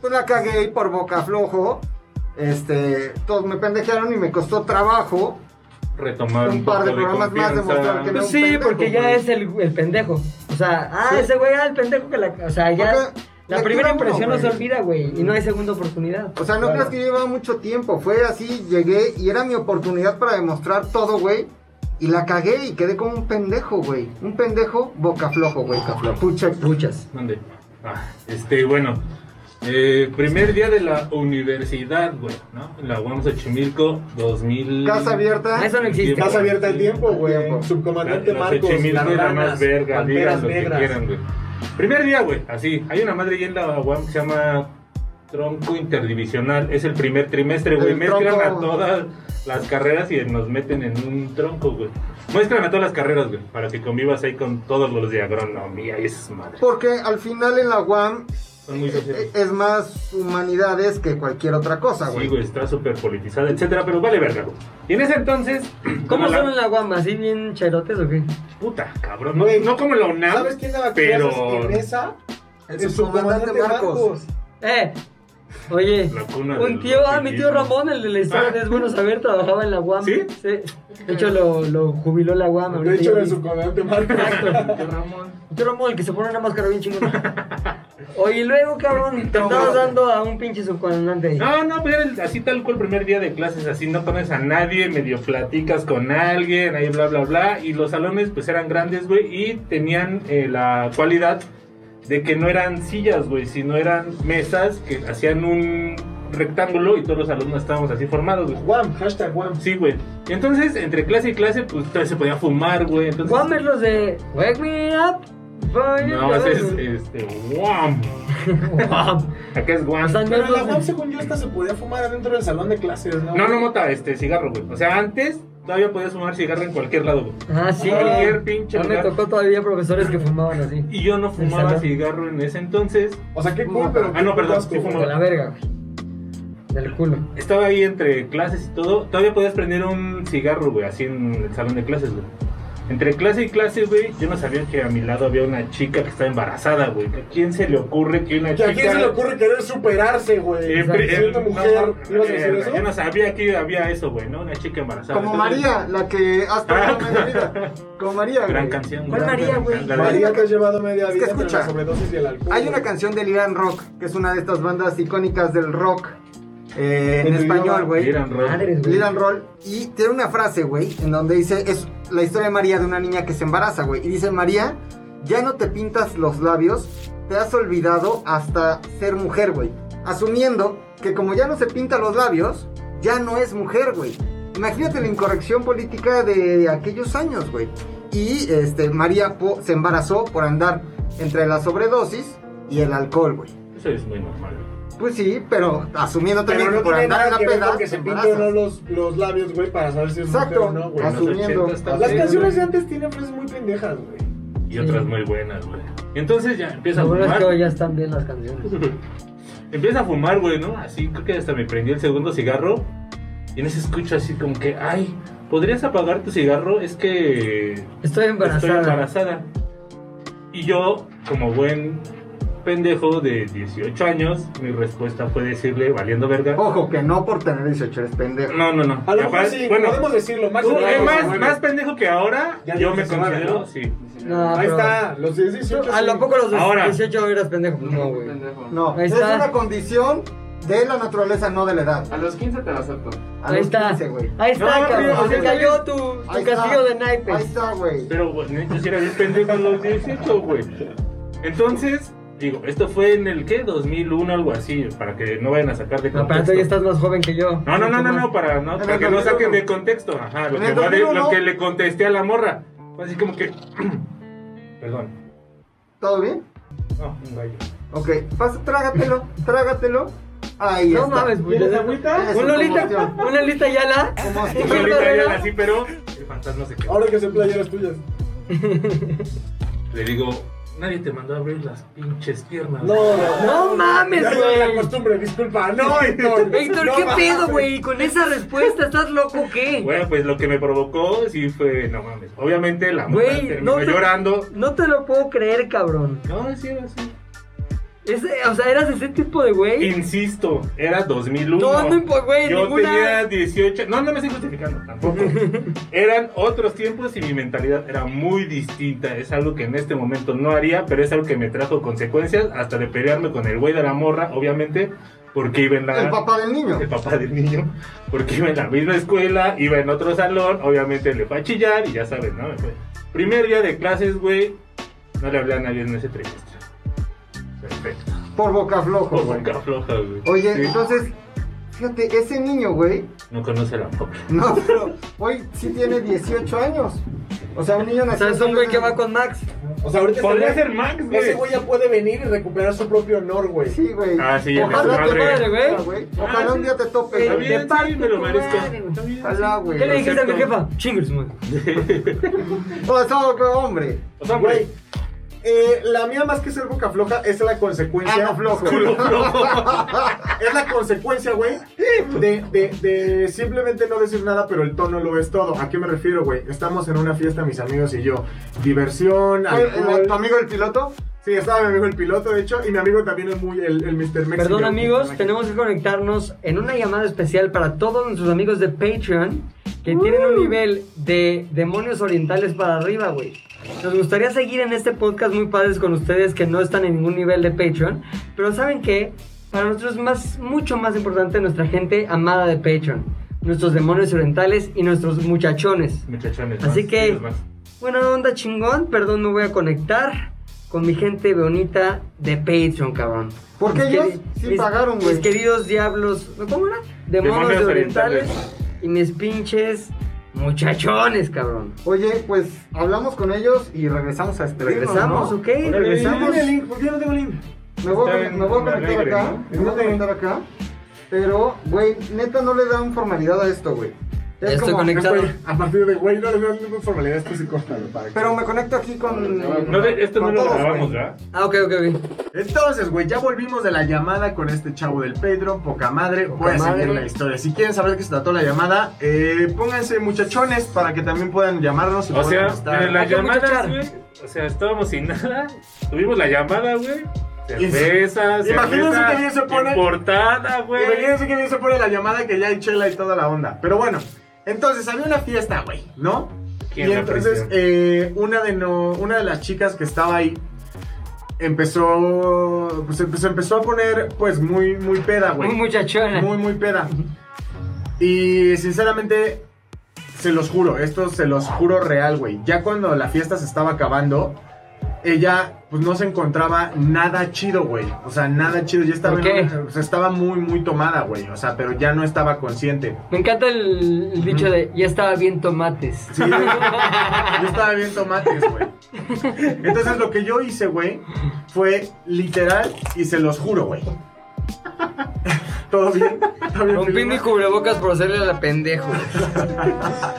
Speaker 6: Pues la cagué y por boca flojo. Este, todos me pendejaron y me costó trabajo.
Speaker 7: Retomar
Speaker 6: Un par de programas más demostrar que
Speaker 5: Pues
Speaker 6: un
Speaker 5: sí,
Speaker 6: pendejo,
Speaker 5: porque ya
Speaker 6: güey.
Speaker 5: es el, el pendejo. O sea, ah,
Speaker 6: Sí.
Speaker 5: ese güey, ah, el pendejo que la... O sea, ya...
Speaker 6: Porque
Speaker 5: la
Speaker 6: lectura
Speaker 5: primera
Speaker 6: uno,
Speaker 5: impresión no se
Speaker 6: güey. Pues,
Speaker 5: olvida, güey. Y no hay segunda oportunidad.
Speaker 6: O sea, no creas que yo llevaba mucho tiempo. Fue así, llegué y era mi oportunidad para demostrar todo, güey. Y la cagué y quedé como un pendejo, güey. Un pendejo boca flojo, güey. Pucha, puchas.
Speaker 7: ¿Dónde? Ah, este, bueno. Eh, primer día de la universidad, güey, ¿no? La UAM Xochimilco 2000.
Speaker 6: Casa abierta.
Speaker 5: Eso no existe.
Speaker 8: Casa abierta el tiempo, güey.
Speaker 6: Tiempo.
Speaker 8: Subcomandante
Speaker 7: La- la
Speaker 8: Marcos.
Speaker 7: Xochimilco era
Speaker 8: Larranas,
Speaker 7: más verga, digan
Speaker 8: Panteras
Speaker 7: lo que
Speaker 8: negras.
Speaker 7: quieran, güey. Primer día, güey, así. Hay una madre ahí en la UAM que se llama Tronco Interdivisional. Es el primer trimestre, güey.
Speaker 6: El
Speaker 7: Mezclan
Speaker 6: tronco.
Speaker 7: a todas las carreras y nos meten en un tronco, güey. Muestran a todas las carreras, güey, para que convivas ahí con todos los de agronomía y esas madres.
Speaker 6: Porque al final en la UAM
Speaker 7: Son muy
Speaker 6: Eh,
Speaker 7: sociales.
Speaker 6: Es más humanidades que cualquier otra
Speaker 8: Ah,
Speaker 6: cosa,
Speaker 7: Sí,
Speaker 6: güey.
Speaker 7: güey, está súper politizada, etcétera, pero vale verga, güey. Y en ese entonces.
Speaker 5: ¿Cómo
Speaker 7: como
Speaker 5: son
Speaker 7: la
Speaker 5: en la guamba? ¿Así bien cherotes o qué?
Speaker 7: Puta, cabrón. No, no como la UNAM.
Speaker 8: ¿Sabes quién daba
Speaker 7: pero...
Speaker 8: clases en esa?
Speaker 6: El
Speaker 8: El
Speaker 6: subcomandante
Speaker 8: subcomandante Marcos.
Speaker 6: Marcos.
Speaker 5: Eh, oye,
Speaker 7: La cuna
Speaker 5: un
Speaker 7: del
Speaker 5: tío, ah, mi tío
Speaker 7: roquinismo.
Speaker 5: Ramón, el de la historia
Speaker 7: Ah.
Speaker 5: de es bueno saber, trabajaba en la guam.
Speaker 7: ¿Sí?
Speaker 5: De hecho, lo, lo jubiló la guam.
Speaker 8: De
Speaker 5: ahorita
Speaker 8: hecho,
Speaker 5: ya
Speaker 8: el
Speaker 5: vi.
Speaker 8: subcomandante Marcos.
Speaker 5: Mi tío Ramón, el que se pone una máscara bien chingona. Oye, y luego, cabrón, te estabas dando a un pinche subcomandante ahí.
Speaker 7: No, no, pero el- así tal cual el primer día de clases, así no conoces a nadie, medio platicas con alguien, ahí bla, bla, bla. Y los salones pues eran grandes, güey, y tenían eh, la cualidad de que no eran sillas, güey, sino eran mesas que hacían un rectángulo y todos los alumnos estábamos así formados, güey.
Speaker 8: Guam, hashtag Guam.
Speaker 7: Sí, güey. Y Entonces, entre clase y clase, pues todavía se podía fumar, güey. Entonces,
Speaker 5: Guam eh, es los de Wake Me Up. boy,
Speaker 7: No, ese es este, guam.
Speaker 5: Guam.
Speaker 7: Acá es guam.
Speaker 5: Están
Speaker 8: Pero en la
Speaker 5: viendo-
Speaker 8: Guam, según yo, esta se podía fumar adentro del salón de clases, ¿no?
Speaker 7: No, no mota, este cigarro, güey. O sea, antes todavía podías fumar cigarro en cualquier lado, güey.
Speaker 5: Ah, sí.
Speaker 7: Cualquier pinche
Speaker 5: Ya me
Speaker 7: lugar.
Speaker 5: tocó todavía profesores que fumaban así.
Speaker 7: Y yo no
Speaker 5: El
Speaker 7: fumaba
Speaker 5: salón.
Speaker 7: cigarro en ese entonces.
Speaker 8: O sea, qué
Speaker 5: No,
Speaker 8: cool, pero.
Speaker 7: ah, no, perdón,
Speaker 8: qué
Speaker 7: sí
Speaker 8: asco,
Speaker 7: fumaba.
Speaker 5: De la verga, güey. Del culo.
Speaker 7: Estaba ahí entre clases y todo. Todavía podías prender un cigarro, güey, así en el salón de clases, güey. Entre clase y clase, güey, yo no sabía que a mi lado había una chica que estaba embarazada, güey. ¿A quién se le ocurre que una
Speaker 8: ¿Que
Speaker 7: chica...
Speaker 8: a quién se le ocurre querer superarse, güey?
Speaker 7: Eh, pri-
Speaker 8: Siendo
Speaker 7: eh,
Speaker 8: Este, mujer,
Speaker 7: no,
Speaker 8: ¿ibas a decir
Speaker 7: eh,
Speaker 8: eso?
Speaker 7: Yo no sabía que había eso, güey, ¿no? Una chica embarazada.
Speaker 6: Como
Speaker 7: Entonces,
Speaker 6: María, la que has
Speaker 7: Ah.
Speaker 6: perdido media vida. Como María, güey.
Speaker 7: Gran canción,
Speaker 5: ¿Cuál
Speaker 7: gran-
Speaker 5: María, güey?
Speaker 7: la de-
Speaker 8: María te has llevado media
Speaker 6: Es que
Speaker 8: vida
Speaker 6: escucha,
Speaker 8: entre la sobredosis y el alcohol.
Speaker 6: Hay una
Speaker 8: güey.
Speaker 6: canción del Irán Rock, que es una de estas bandas icónicas del rock eh, en
Speaker 8: En tu idioma,
Speaker 6: español, güey.
Speaker 7: Irán Rock.
Speaker 5: Madres, güey.
Speaker 6: Liran Roll. Y tiene una frase, güey, en donde dice, es la historia de María de una niña que se embaraza, güey. Y dice, María, ya no te pintas los labios, te has olvidado hasta ser mujer, güey. Asumiendo que como ya no se pinta los labios, ya no es mujer, güey. Imagínate la incorrección política de aquellos años, güey. Y este, María po- se embarazó por andar entre la sobredosis y el alcohol, güey.
Speaker 7: Eso es muy normal, güey.
Speaker 6: Pues sí, pero asumiendo también
Speaker 8: Pero no
Speaker 6: que por
Speaker 8: tiene
Speaker 6: andar
Speaker 8: nada
Speaker 6: en la
Speaker 8: que ver
Speaker 6: peda,
Speaker 8: con que
Speaker 6: te
Speaker 8: se
Speaker 6: embarazas.
Speaker 8: pinte o no los, los labios, güey, para saber si es
Speaker 6: Exacto.
Speaker 8: mujer o no, güey.
Speaker 7: Las-
Speaker 6: asumiendo.
Speaker 7: 80 está
Speaker 8: Las
Speaker 7: Sí,
Speaker 8: canciones de
Speaker 7: güey.
Speaker 8: antes tienen frases muy pendejas, güey.
Speaker 7: Y
Speaker 5: Sí.
Speaker 7: otras muy buenas, güey. Entonces ya empieza a
Speaker 5: Seguro es que
Speaker 7: fumar.
Speaker 5: hoy ya están bien las canciones.
Speaker 7: Empieza a fumar, güey, ¿no? Así creo que hasta me prendí el segundo cigarro. Y en ese escucho así como que, ay, ¿podrías apagar tu cigarro? Es que
Speaker 5: Estoy
Speaker 7: estoy
Speaker 5: embarazada.
Speaker 7: embarazada. Y yo, como buen pendejo de 18 años, mi respuesta fue decirle, valiendo verga.
Speaker 6: Ojo, que no por tener 18 eres pendejo.
Speaker 7: No, no, no.
Speaker 8: Oh. A
Speaker 7: Y
Speaker 8: lo mejor
Speaker 7: aparte-
Speaker 8: sí,
Speaker 7: bueno,
Speaker 8: podemos decirlo.
Speaker 7: tú,
Speaker 8: Máximo,
Speaker 7: eh,
Speaker 8: algo
Speaker 7: más,
Speaker 8: se
Speaker 7: más
Speaker 8: mueve.
Speaker 7: pendejo que ahora,
Speaker 8: Ya
Speaker 7: yo
Speaker 8: dijo
Speaker 7: me
Speaker 8: que se mueve,
Speaker 7: considero,
Speaker 8: ¿no?
Speaker 7: sí.
Speaker 5: No,
Speaker 8: Ahí
Speaker 5: pero-
Speaker 8: está, los 18.
Speaker 5: ¿A lo
Speaker 8: sí.
Speaker 5: poco los
Speaker 7: Ahora.
Speaker 5: 18 eras pendejo? No, güey.
Speaker 6: No,
Speaker 5: Ahí
Speaker 6: es
Speaker 5: está.
Speaker 6: una condición de la naturaleza, no de la edad.
Speaker 10: A los 15 te lo acepto.
Speaker 6: A
Speaker 5: Ahí
Speaker 6: los
Speaker 5: está.
Speaker 6: 15, güey.
Speaker 5: Ahí está,
Speaker 7: No, pero,
Speaker 5: cabrón.
Speaker 7: o sea,
Speaker 5: Se cayó tu, tu
Speaker 6: Ahí
Speaker 5: castillo
Speaker 6: está.
Speaker 5: de
Speaker 6: Ahí
Speaker 5: naipes.
Speaker 6: está, güey.
Speaker 7: Pero, güey, neta, si era bien pendejo a los 18, güey. Entonces, digo, esto fue en el, ¿qué? 2001, algo así, para que no vayan a sacar de
Speaker 5: No, pero tú
Speaker 7: contexto.
Speaker 5: ya estás más joven que yo.
Speaker 7: No, no, no, no, no, para, no,
Speaker 6: En el
Speaker 7: para que no
Speaker 6: 2001.
Speaker 7: saquen de contexto. Ajá, lo
Speaker 6: En
Speaker 7: que,
Speaker 6: el
Speaker 7: va de-
Speaker 6: 2001.
Speaker 7: lo que le contesté a la morra. Fue Así como que. Perdón.
Speaker 6: ¿Todo bien?
Speaker 7: No, un gallo.
Speaker 6: Ok, pasa, trágatelo, trágatelo. Ahí
Speaker 5: No
Speaker 6: está.
Speaker 5: mames, güey.
Speaker 8: ¿Quieres agüita?
Speaker 6: Es
Speaker 5: Una
Speaker 6: su
Speaker 5: lista,
Speaker 6: combustión.
Speaker 5: una lista ya la.
Speaker 7: Un
Speaker 5: ¿Qué
Speaker 7: gallo
Speaker 5: tal,
Speaker 7: italiano
Speaker 5: Vela?
Speaker 7: así, pero el fantasma se quedó.
Speaker 8: Ahora que son playeras tuyas.
Speaker 7: Le digo, nadie te mandó a abrir las pinches piernas.
Speaker 8: No, no,
Speaker 5: No mames,
Speaker 8: Ya llevo la
Speaker 5: güey.
Speaker 8: costumbre, disculpa. No, Héctor.
Speaker 5: Héctor,
Speaker 8: No
Speaker 5: ¿qué
Speaker 8: mames.
Speaker 5: pedo, güey? Con esa respuesta, ¿estás loco o qué?
Speaker 7: Bueno, pues lo que me provocó sí fue, no mames. Obviamente la morra
Speaker 5: Güey,
Speaker 7: terminó
Speaker 5: no te-
Speaker 7: llorando.
Speaker 5: No te lo puedo creer, cabrón.
Speaker 7: No, sí era así.
Speaker 5: Ese- o sea, eras ese tipo de güey.
Speaker 7: Insisto, era 2001.
Speaker 5: No, no impo- güey,
Speaker 7: Yo
Speaker 5: ninguna-
Speaker 7: tenía 18. No, no me estoy justificando tampoco. Eran otros tiempos y mi mentalidad era muy distinta. Es algo que en este momento no haría, pero es algo que me trajo consecuencias hasta de pelearme con el güey de la morra, obviamente, porque iba en la.
Speaker 6: El papá del niño.
Speaker 7: el papá del niño, porque iba en la misma escuela, iba en otro salón, obviamente le fue a chillar y ya sabes, ¿no? Me fue. Primer día de clases, güey, no le hablé a nadie en ese trimestre. Perfecto.
Speaker 6: Por boca flojo,
Speaker 7: Por
Speaker 6: güey.
Speaker 7: boca floja, güey.
Speaker 6: Oye,
Speaker 7: Sí.
Speaker 6: entonces, fíjate, ese niño, güey,
Speaker 7: No conoce la pobre.
Speaker 6: no, pero, güey, sí tiene 18 años. O sea, un niño
Speaker 5: O
Speaker 6: nació.
Speaker 5: sea, es un güey que va con Max.
Speaker 8: O sea, ahorita
Speaker 7: Podría
Speaker 8: ese
Speaker 7: ser
Speaker 8: güey-
Speaker 7: Max,
Speaker 8: Ese
Speaker 7: güey.
Speaker 8: güey ya puede venir y recuperar su propio honor, güey.
Speaker 6: Sí, güey.
Speaker 7: Ah, sí, el
Speaker 6: Ojalá te
Speaker 7: desmadre.
Speaker 6: pare,
Speaker 5: Ah,
Speaker 6: güey. Ojalá un día te tope,
Speaker 5: Está
Speaker 7: Está
Speaker 6: güey.
Speaker 5: bien,
Speaker 7: bien,
Speaker 5: sí,
Speaker 7: sí, me lo
Speaker 5: tu
Speaker 7: merezco.
Speaker 5: madre, güey.
Speaker 7: Está bien,
Speaker 6: Ojalá,
Speaker 7: sí.
Speaker 6: güey.
Speaker 5: ¿Qué le dijiste a mi
Speaker 7: Acepto.
Speaker 5: jefa? Chingers, güey.
Speaker 6: O sea, Pues, hombre.
Speaker 7: O sea,
Speaker 8: Güey,
Speaker 7: güey.
Speaker 8: eh, la mía más que ser boca floja es la
Speaker 5: Ah,
Speaker 8: consecuencia.
Speaker 6: Ano flojo.
Speaker 8: Culo flojo. es la consecuencia, güey, de, de- de simplemente no decir nada, pero el tono lo es todo. ¿A qué me refiero, güey? Estamos en una fiesta, mis amigos y yo. Diversión, alcohol.
Speaker 6: ¿Tu amigo el piloto?
Speaker 8: Sí, estaba mi amigo el piloto, de hecho, y mi amigo también es muy el, el Mr. Mexican.
Speaker 5: Perdón amigos, tenemos que conectarnos en una llamada especial para todos nuestros amigos de Patreon que tienen un nivel de demonios orientales para arriba, güey. Nos gustaría seguir en este podcast muy padres con ustedes que no están en ningún nivel de Patreon, pero saben que para nosotros es más, mucho más importante nuestra gente amada de Patreon, nuestros demonios orientales y nuestros muchachones.
Speaker 7: Muchachones.
Speaker 5: Así
Speaker 7: más,
Speaker 5: que,
Speaker 7: ellos más.
Speaker 5: buena onda chingón, perdón, me voy a conectar con mi gente bonita de Patreon, cabrón.
Speaker 6: ¿Por qué
Speaker 5: Mis
Speaker 6: ellos
Speaker 5: queri-
Speaker 6: sí
Speaker 5: mis-
Speaker 6: pagaron, güey?
Speaker 5: Mis queridos diablos, ¿cómo era? Demonios,
Speaker 7: Demonios
Speaker 5: orientales.
Speaker 7: orientales.
Speaker 5: y mis pinches muchachones, cabrón.
Speaker 6: Oye, pues hablamos con ellos y regresamos a despedirnos.
Speaker 5: ¿Regresamos
Speaker 6: ¿no?
Speaker 5: ok?
Speaker 6: Regresamos.
Speaker 8: Dime el link, ¿por qué no tengo link?
Speaker 6: Me voy, a
Speaker 7: Está
Speaker 6: con-
Speaker 7: en
Speaker 6: me voy a conectar
Speaker 7: Alegre,
Speaker 6: acá.
Speaker 7: ¿no?
Speaker 6: Me voy a conectar acá. Pero, güey, neta no le dan formalidad a esto, güey.
Speaker 5: Ya estoy conectado.
Speaker 8: Güey, A partir de, güey, no le dan ninguna formalidad, esto sí córtalo, para que-
Speaker 6: Pero me conecto aquí con.
Speaker 7: No, de- esto no
Speaker 6: con
Speaker 7: lo
Speaker 6: todos,
Speaker 7: grabamos,
Speaker 6: güey.
Speaker 7: ¿verdad?
Speaker 5: Ah, ok, ok, ok.
Speaker 8: Entonces, güey, ya volvimos de la llamada con este chavo del Pedro, poca madre. Voy a
Speaker 5: madre.
Speaker 8: seguir la historia. Si quieren saber qué se trató la llamada, eh, pónganse muchachones para que también puedan llamarnos. y
Speaker 7: O sea,
Speaker 8: puedan estar-
Speaker 7: en la
Speaker 5: Hay que
Speaker 7: llamada,
Speaker 5: muchachar.
Speaker 7: güey. O sea, estábamos sin nada. Tuvimos la llamada, güey.
Speaker 8: Y-
Speaker 7: Cervezas.
Speaker 8: Imagínense
Speaker 7: cerveza
Speaker 8: que bien se pone-
Speaker 7: en portada, güey.
Speaker 8: Imagínense que bien se pone la llamada que ya hay chela y toda la onda. Pero bueno, entonces había una fiesta, güey, ¿no? Y
Speaker 7: Aquí en la
Speaker 8: entonces
Speaker 7: prisión.
Speaker 8: eh, una, de no, una de las chicas que estaba ahí empezó, pues, empe- se empezó a poner pues muy, muy peda, güey.
Speaker 5: Muy muchachona.
Speaker 8: Muy, muy peda. Y sinceramente, se los juro, esto se los juro real, güey. Ya cuando la fiesta se estaba acabando, ella pues no se encontraba nada chido, güey. O sea, nada chido. Ya estaba,
Speaker 5: ¿Por
Speaker 8: en
Speaker 5: qué?
Speaker 8: una- o sea, estaba muy, muy tomada, güey. O sea, pero ya no estaba consciente.
Speaker 5: Me encanta el, el dicho de ya estaba bien tomates.
Speaker 8: Sí, güey. yo estaba bien tomates, güey. Entonces lo que yo hice, güey, fue literal y se los juro, güey. ¿Todo bien? ¿Todo bien,
Speaker 5: Rompí
Speaker 8: Filina?
Speaker 5: mi cubrebocas por hacerle a la pendejo.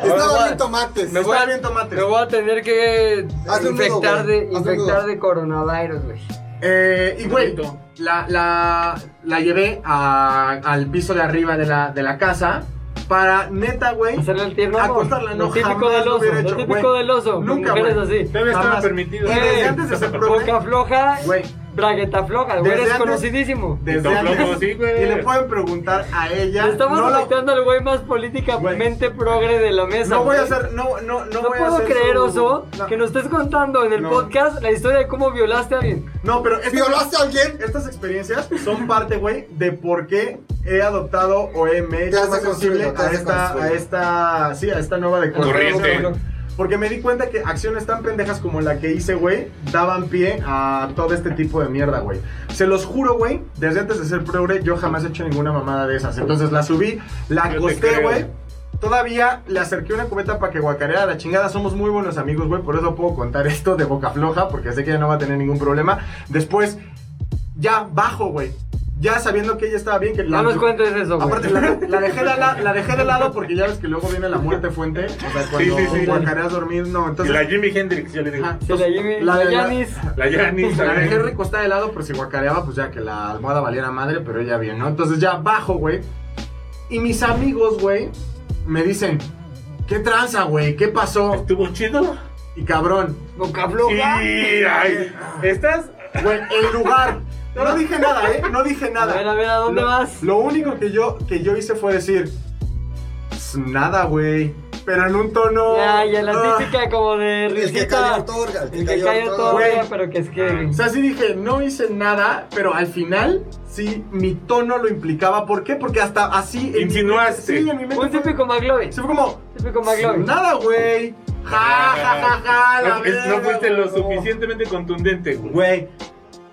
Speaker 2: Estaba bien tomates.
Speaker 5: Me voy,
Speaker 8: Estaba
Speaker 5: a,
Speaker 8: bien tomates.
Speaker 5: me voy a tener que
Speaker 2: Haz un nudo,
Speaker 5: infectar,
Speaker 2: güey.
Speaker 5: de,
Speaker 2: Haz un
Speaker 5: infectar
Speaker 2: nudo.
Speaker 5: de coronavirus, güey.
Speaker 8: Eh, y güey, la, la, la llevé a- al piso de arriba de la, de la casa para neta, güey.
Speaker 5: Hacerle el tierno. amor.
Speaker 8: Acostarla, no
Speaker 5: Lo típico
Speaker 8: jamás
Speaker 5: del
Speaker 8: lo
Speaker 5: oso.
Speaker 8: hubiera
Speaker 5: Lo
Speaker 8: hecho,
Speaker 5: típico
Speaker 8: güey.
Speaker 5: del oso. con
Speaker 8: Nunca,
Speaker 5: mujeres
Speaker 8: güey.
Speaker 5: así.
Speaker 7: Todavía estaba
Speaker 8: Jamás.
Speaker 7: permitido.
Speaker 8: Y
Speaker 5: Güey,
Speaker 8: desde antes de ser profe,
Speaker 5: Boca floja,
Speaker 8: Güey.
Speaker 5: bragueta floja, el güey
Speaker 8: Desde
Speaker 5: eres
Speaker 8: antes-
Speaker 5: conocidísimo.
Speaker 8: desde
Speaker 7: Don
Speaker 8: antes,
Speaker 7: Flojo, sí, güey.
Speaker 8: y le pueden preguntar a ella.
Speaker 5: Le estamos
Speaker 8: no, la-
Speaker 5: conectando al güey más políticamente progre de la mesa.
Speaker 8: no voy a
Speaker 5: güey.
Speaker 8: hacer, no, no, no,
Speaker 5: No,
Speaker 8: voy a
Speaker 5: puedo
Speaker 8: hacer
Speaker 5: creer,
Speaker 8: su-
Speaker 5: oso,
Speaker 8: no.
Speaker 5: que nos estés contando en el
Speaker 8: No.
Speaker 5: podcast la historia de cómo violaste a alguien.
Speaker 8: No, pero estas-
Speaker 2: ¿Violaste a alguien?
Speaker 8: Estas experiencias son parte, güey, de por qué he adoptado o he me he
Speaker 2: Te
Speaker 8: hecho
Speaker 2: has
Speaker 8: más sensible
Speaker 2: deconstruido, te has
Speaker 8: a esta, a
Speaker 2: deconstruido.
Speaker 8: esta, sí, a esta nueva de
Speaker 7: Corriente.
Speaker 8: Porque me di cuenta que acciones tan pendejas como la que hice, güey, daban pie a todo este tipo de mierda, güey. Se los juro, güey, desde antes de ser progre, yo jamás he hecho ninguna mamada de esas. Entonces la subí, la
Speaker 7: Yo te
Speaker 8: acosté,
Speaker 7: creo.
Speaker 8: güey. Todavía le acerqué una cubeta para que guacareara la chingada. Somos muy buenos amigos, güey. Por eso puedo contar esto de boca floja, porque sé que ella no va a tener ningún problema. Después, ya bajo, güey. Ya sabiendo que ella estaba bien, que la.
Speaker 5: No nos cuentes eso, güey.
Speaker 8: Aparte, la, la dejé de la, la dejé de lado porque ya ves que luego viene la muerte fuente. O sea, cuando
Speaker 7: Sí, sí, sí.
Speaker 8: guacareas dormir, no.
Speaker 7: Y
Speaker 8: Entonces,
Speaker 7: la Jimi Hendrix, yo le digo.
Speaker 8: Ajá.
Speaker 5: Se la lleve
Speaker 8: La
Speaker 5: la,
Speaker 8: de la-
Speaker 5: Yanis.
Speaker 7: La Janis.
Speaker 8: la
Speaker 7: también.
Speaker 8: dejé recostada Pues, de lado por si guacareaba, pues ya que la almohada valiera madre, pero ella bien, ¿no? Entonces ya bajo, güey. Y mis amigos, güey, me dicen, ¿qué tranza, güey? ¿Qué pasó?
Speaker 7: ¿Estuvo chido?
Speaker 8: Y cabrón,
Speaker 5: Boca
Speaker 7: Sí,
Speaker 5: floja.
Speaker 7: ay. ¿Estás?
Speaker 8: güey, el lugar. No dije nada, ¿eh? No dije nada.
Speaker 5: A ver, a ver, ¿a dónde
Speaker 8: Lo-
Speaker 5: vas?
Speaker 8: Lo único que yo, que yo hice fue decir, "Pues, nada, güey. Pero en un tono...
Speaker 5: Ya, ya, la
Speaker 8: ah.
Speaker 5: típica como de
Speaker 2: El que cayó
Speaker 5: risita.
Speaker 2: otorga. El
Speaker 5: El que cayó todo
Speaker 8: Güey. Ah.
Speaker 5: pero que es que.
Speaker 8: O sea, sí dije, no hice nada, pero al final sí, mi tono lo implicaba. ¿Por qué? Porque hasta así... en mi-
Speaker 7: Insinuaste.
Speaker 8: Sí, en mi mente
Speaker 5: Un
Speaker 8: fue-
Speaker 5: típico McLovin.
Speaker 8: Sí, fue como...
Speaker 5: Típico McLovin.
Speaker 8: Nada, güey. Ja, ja, ja, ja. la
Speaker 7: No, es- no
Speaker 8: verga,
Speaker 7: fuiste lo
Speaker 8: güey.
Speaker 7: suficientemente contundente,
Speaker 5: Pues,
Speaker 7: güey.
Speaker 8: Güey.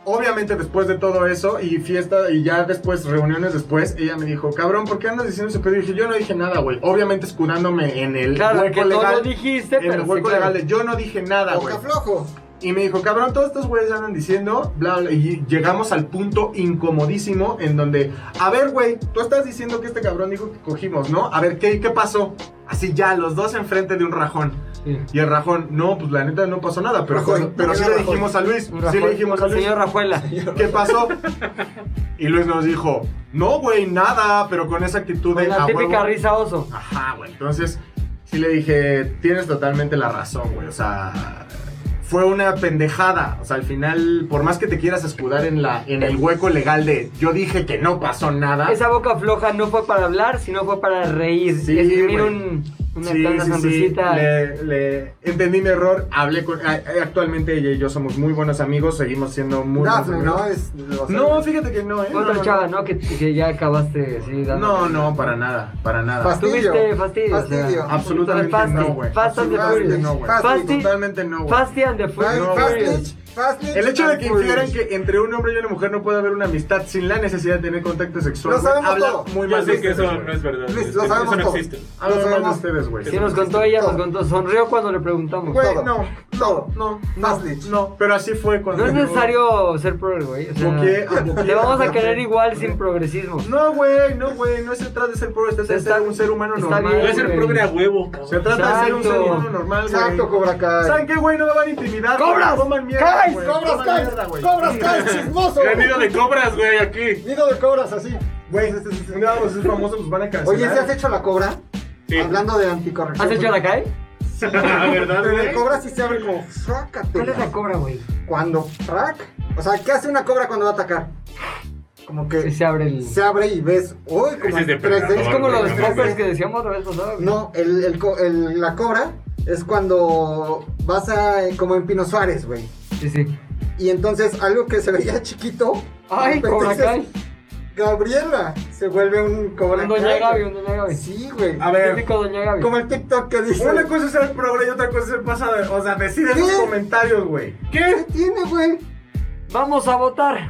Speaker 8: Obviamente después de todo eso y fiesta y ya después reuniones después, ella me dijo, cabrón, ¿por qué andas diciendo eso? Pero dije, yo no dije nada, güey. Obviamente escudándome en el
Speaker 5: Claro, que
Speaker 8: hueco
Speaker 5: no
Speaker 8: legal.
Speaker 5: lo dijiste,
Speaker 8: en el
Speaker 5: pero sí,
Speaker 8: hueco
Speaker 5: claro.
Speaker 10: Ah,
Speaker 8: legal de, yo no dije nada, güey.
Speaker 2: Boca flojo.
Speaker 8: Y me dijo, cabrón, todos estos güeyes andan diciendo, bla, bla, y llegamos al punto incomodísimo en donde, a ver, güey, tú estás diciendo que este cabrón dijo que cogimos, ¿no? A ver, ¿qué, qué pasó? Así ya, los dos enfrente de un rajón.
Speaker 5: Sí.
Speaker 8: Y el rajón, no, pues la neta no pasó nada, pero,
Speaker 6: Rajoy,
Speaker 8: cuando- pero sí le
Speaker 6: Rajoy.
Speaker 8: dijimos a Luis, sí le
Speaker 5: Rajuel-
Speaker 8: dijimos a Luis,
Speaker 5: Señor Rajuela.
Speaker 8: ¿qué pasó? Y Luis nos dijo, no, güey, nada, pero con esa actitud de...
Speaker 5: Con la
Speaker 8: "A
Speaker 5: típica
Speaker 8: huevo".
Speaker 5: risa oso.
Speaker 8: Ajá, güey. Entonces, sí le dije, tienes totalmente la razón, güey. O sea, fue una pendejada. O sea, al final, por más que te quieras escudar en, la, en el hueco legal de yo dije que no pasó nada.
Speaker 5: Esa boca floja no fue para hablar, sino fue para reír.
Speaker 8: Sí,
Speaker 5: y escribir
Speaker 8: güey.
Speaker 5: un, una
Speaker 8: Sí,
Speaker 5: tanta
Speaker 8: sí, sí.
Speaker 5: sonrisita.
Speaker 8: Le, le- entendí mi error, hablé con... a- a- Actualmente ella y yo somos muy buenos amigos, seguimos siendo muy buenos
Speaker 6: Dafne, ¿no?
Speaker 8: amigos.
Speaker 6: Es, o sea,
Speaker 8: No, fíjate que no, ¿eh? No,
Speaker 5: Otra
Speaker 8: no,
Speaker 5: chava, ¿no? Que, que ya acabaste sí, dando.
Speaker 8: No, no, para nada, para nada.
Speaker 6: Fastidio.
Speaker 5: Tuviste fastidio.
Speaker 6: Fastidio.
Speaker 5: o sea,
Speaker 8: Absolutamente
Speaker 5: fasti-
Speaker 8: no, güey.
Speaker 5: Fast and the
Speaker 8: Absolutamente
Speaker 5: Furious.
Speaker 8: no, güey.
Speaker 5: Fasti-
Speaker 8: Totalmente no, güey.
Speaker 5: Fast and the Furious.
Speaker 8: No,
Speaker 6: Fast
Speaker 8: güey.
Speaker 6: Lynch, Fast Lynch
Speaker 8: El hecho de que
Speaker 6: and
Speaker 8: infieran
Speaker 6: Furious.
Speaker 8: que entre un hombre y una mujer no puede haber una amistad sin la necesidad de tener contacto sexual.
Speaker 6: Lo
Speaker 8: güey,
Speaker 6: sabemos
Speaker 8: habla
Speaker 6: todo.
Speaker 8: muy
Speaker 7: Ya
Speaker 8: mal de
Speaker 7: sé que
Speaker 8: ustedes,
Speaker 7: eso
Speaker 8: güey.
Speaker 7: no es verdad.
Speaker 6: Luis,
Speaker 7: es-
Speaker 6: lo
Speaker 7: eso
Speaker 6: sabemos
Speaker 7: no
Speaker 6: todo.
Speaker 7: existe.
Speaker 8: Habla muy
Speaker 6: Lo
Speaker 8: mal de
Speaker 6: sabemos.
Speaker 8: ustedes, güey.
Speaker 5: Sí, nos contó ella, nos
Speaker 6: Todo.
Speaker 5: contó. Sonrió cuando le preguntamos.
Speaker 8: Güey,
Speaker 6: todo.
Speaker 8: no,
Speaker 6: Todo.
Speaker 8: no, no,
Speaker 6: Fast Lynch.
Speaker 8: no, pero así fue cuando...
Speaker 5: No es
Speaker 8: yo-
Speaker 5: necesario ser progre, güey. O sea,
Speaker 8: Boqué, ah, boqué,
Speaker 5: le vamos a
Speaker 8: boqué.
Speaker 5: querer igual sin progresismo.
Speaker 8: No, güey, no, güey, no se trata de ser pobre, se trata de
Speaker 5: Está-
Speaker 8: ser un ser humano
Speaker 5: está
Speaker 8: normal.
Speaker 5: bien,
Speaker 7: Puede ser
Speaker 5: güey.
Speaker 7: progre a huevo.
Speaker 8: Se trata de ser un ser
Speaker 5: Exacto.
Speaker 8: humano normal, güey.
Speaker 6: Exacto, Cobra Kai.
Speaker 8: ¿Saben qué, güey? No me van a intimidar.
Speaker 6: ¡Cobras!
Speaker 8: güey. Coman mierda,
Speaker 6: ¡Cais!
Speaker 8: güey.
Speaker 6: ¡Cobras,
Speaker 8: Coman
Speaker 6: cais!
Speaker 8: mierda, güey.
Speaker 6: ¡Cobras, cais! ¡Chismoso!
Speaker 7: Gran nido de cobras, güey, aquí.
Speaker 6: Nido de cobras, así.
Speaker 8: Güey, un día vamos a ser famosos, pues van a cancelar.
Speaker 6: Oye, ¿se has hecho la cobra?
Speaker 7: Sí.
Speaker 6: Hablando de anticorrección.
Speaker 5: ¿Has hecho la cae?
Speaker 7: La verdad,
Speaker 6: Pero
Speaker 7: güey.
Speaker 6: la cobra sí se abre como, sácate.
Speaker 5: ¿Cuál es la cobra, güey?
Speaker 6: Cuando, crack. O sea, ¿qué hace una cobra cuando va a atacar? Como que
Speaker 5: Que se abre el.
Speaker 6: se abre y ves, uy, como
Speaker 7: Ese es de
Speaker 6: en 3D.
Speaker 7: predador,
Speaker 5: Es como los
Speaker 7: güey, no
Speaker 5: poppers
Speaker 7: mames.
Speaker 5: que decíamos la vez pasada, güey.
Speaker 6: No, el, el co- el- la cobra es cuando vas a, eh, como en Pino Suárez, güey.
Speaker 5: Sí, sí.
Speaker 6: Y entonces algo que se veía chiquito.
Speaker 5: Ay,
Speaker 6: de repente
Speaker 5: Cobra
Speaker 6: dices,
Speaker 5: Kai.
Speaker 6: Gabriela se vuelve un cobra
Speaker 5: Un Doña
Speaker 6: Kai,
Speaker 5: Gaby,
Speaker 6: güey.
Speaker 5: un Doña Gaby.
Speaker 6: Sí, güey.
Speaker 8: A ver.
Speaker 5: Típico Doña Gaby.
Speaker 6: Como el TikTok que dice.
Speaker 8: Una cosa es ser progre y otra cosa es ser pasada. O sea, decide en los
Speaker 6: ¿Qué?
Speaker 8: comentarios, güey.
Speaker 6: ¿Qué tiene, güey?
Speaker 5: Vamos a votar.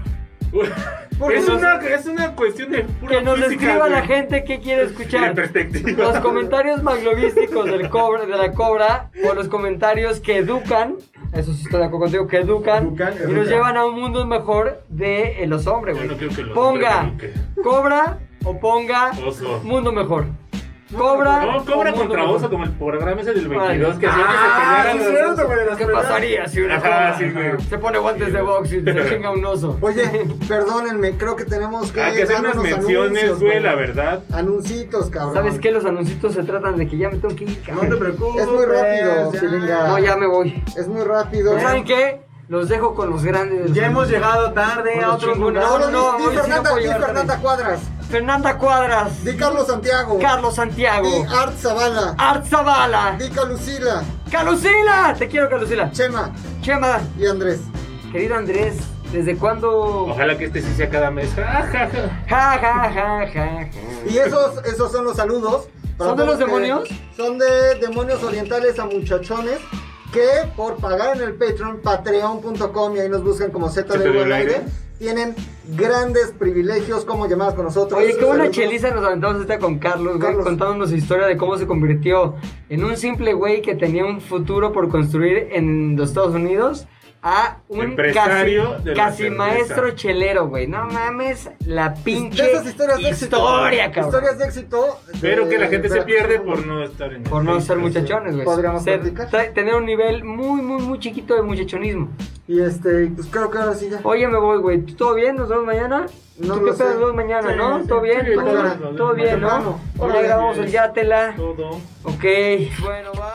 Speaker 6: Porque
Speaker 7: Es
Speaker 6: no-
Speaker 7: una, es una cuestión de pura
Speaker 5: Que nos
Speaker 7: física,
Speaker 5: escriba
Speaker 7: güey.
Speaker 5: la gente qué quiere
Speaker 7: Y de
Speaker 5: escuchar.
Speaker 7: perspectiva.
Speaker 5: Los comentarios maglobísticos del cobra, de la cobra o los comentarios que educan, eso sí estoy de acuerdo contigo, que educan,
Speaker 8: Educan,
Speaker 5: y nos
Speaker 8: educan.
Speaker 5: llevan a un mundo mejor de eh, los hombres,
Speaker 7: Yo
Speaker 5: güey.
Speaker 7: no creo que los
Speaker 5: ponga
Speaker 7: hombres eduquen.
Speaker 5: cobra o ponga
Speaker 7: Oso.
Speaker 5: mundo mejor. Cobra.
Speaker 7: No, cobra
Speaker 5: o mundo
Speaker 7: contra
Speaker 5: mejor.
Speaker 7: oso, como el programa ese del
Speaker 5: Vale.
Speaker 7: 22 que hacía
Speaker 8: Ah,
Speaker 7: que
Speaker 8: sí
Speaker 7: se
Speaker 8: es
Speaker 7: pelearan los
Speaker 8: cierto, güey. las
Speaker 5: ¿Qué
Speaker 8: primeras-
Speaker 5: pasaría si una
Speaker 7: Ajá,
Speaker 5: cobra
Speaker 7: sí, güey.
Speaker 5: se pone guantes
Speaker 7: Sí,
Speaker 5: de
Speaker 7: güey.
Speaker 5: box y se chinga un oso?
Speaker 6: Oye, perdónenme, creo que tenemos que.
Speaker 7: Hay que hacer
Speaker 6: dar
Speaker 7: unas
Speaker 6: unos
Speaker 7: menciones,
Speaker 6: anuncios,
Speaker 7: güey, la verdad.
Speaker 6: Anuncitos, cabrón.
Speaker 5: ¿Sabes qué? Los anuncios se tratan de que ya me tengo que ir,
Speaker 8: No
Speaker 5: cabrón.
Speaker 8: te preocupes.
Speaker 6: Es muy rápido,
Speaker 8: ya.
Speaker 6: Silinga.
Speaker 5: No, ya me voy.
Speaker 6: Es muy rápido.
Speaker 5: Pero ¿Saben qué? Los dejo con los grandes.
Speaker 8: Ya hemos llegado tarde
Speaker 5: Con
Speaker 8: a
Speaker 5: los
Speaker 8: otro
Speaker 5: chingones.
Speaker 8: lugar.
Speaker 6: No, no,
Speaker 5: No, no,
Speaker 6: no. Di
Speaker 5: hoy sí no
Speaker 6: Fernanda,
Speaker 5: puedo
Speaker 6: di
Speaker 5: llegar
Speaker 6: Fernanda
Speaker 5: tarde.
Speaker 6: Cuadras.
Speaker 5: Fernanda Cuadras,
Speaker 6: Di Carlos Santiago.
Speaker 5: Carlos Santiago,
Speaker 6: Di Art Zavala.
Speaker 5: Art Zavala,
Speaker 6: ah. Di Calucila.
Speaker 5: Calucila. Te quiero, Calucila.
Speaker 6: Chema
Speaker 5: Chema,
Speaker 6: y Andrés.
Speaker 5: querido Andrés, ¿desde cuándo?
Speaker 7: Ojalá que este sí sea cada mes. Ja, ja, ja.
Speaker 5: Ja, ja, ja, ja.
Speaker 6: Y esos, esos son los saludos. para
Speaker 5: ¿Son de
Speaker 6: todos
Speaker 5: los
Speaker 6: ustedes.
Speaker 5: demonios?
Speaker 6: Son de demonios orientales a muchachones que por pagar en el Patreon, patreon.com y ahí nos buscan como Z de
Speaker 7: ZDU
Speaker 6: al
Speaker 7: al
Speaker 6: aire,
Speaker 7: aire.
Speaker 6: tienen grandes privilegios como llamadas con nosotros.
Speaker 5: Oye, qué buena
Speaker 6: Saludos.
Speaker 5: cheliza nos aventamos esta con Carlos, güey,
Speaker 6: Carlos.
Speaker 5: contándonos su historia de cómo se convirtió en un simple güey que tenía un futuro por construir en los Estados Unidos a un
Speaker 7: Empresario
Speaker 5: casi,
Speaker 7: de la
Speaker 5: casi
Speaker 7: cerveza.
Speaker 5: maestro chelero, güey. No mames, la
Speaker 6: De
Speaker 5: pinche
Speaker 6: esas historias de éxito.
Speaker 5: historia, cabrón.
Speaker 6: Historias de éxito. Eh, de-
Speaker 7: Pero que la gente se
Speaker 6: Veracruz.
Speaker 7: pierde por no estar en
Speaker 5: Por no
Speaker 7: el-
Speaker 5: ser muchachones, güey.
Speaker 6: Este, Podríamos
Speaker 5: Ser-
Speaker 6: platicar.
Speaker 5: tra- tener un nivel muy, muy, muy chiquito de muchachonismo.
Speaker 6: Y este, pues creo que ahora sí ya.
Speaker 5: Oye, me voy, güey. ¿Tú ¿Todo bien? ¿Nos vemos mañana?
Speaker 6: No
Speaker 5: ¿Tú qué
Speaker 6: lo sé.
Speaker 5: pedo? ¿Nos vemos mañana,
Speaker 7: Sí,
Speaker 5: no?
Speaker 7: sí,
Speaker 5: ¿Todo bien?
Speaker 7: sí,
Speaker 5: ¿Todo,
Speaker 6: mañana.
Speaker 5: todo bien,
Speaker 6: Temprano.
Speaker 5: ¿no?
Speaker 6: Órale.
Speaker 5: Ahora grabamos el Yátela.
Speaker 7: Todo.
Speaker 5: Ok, bueno, va.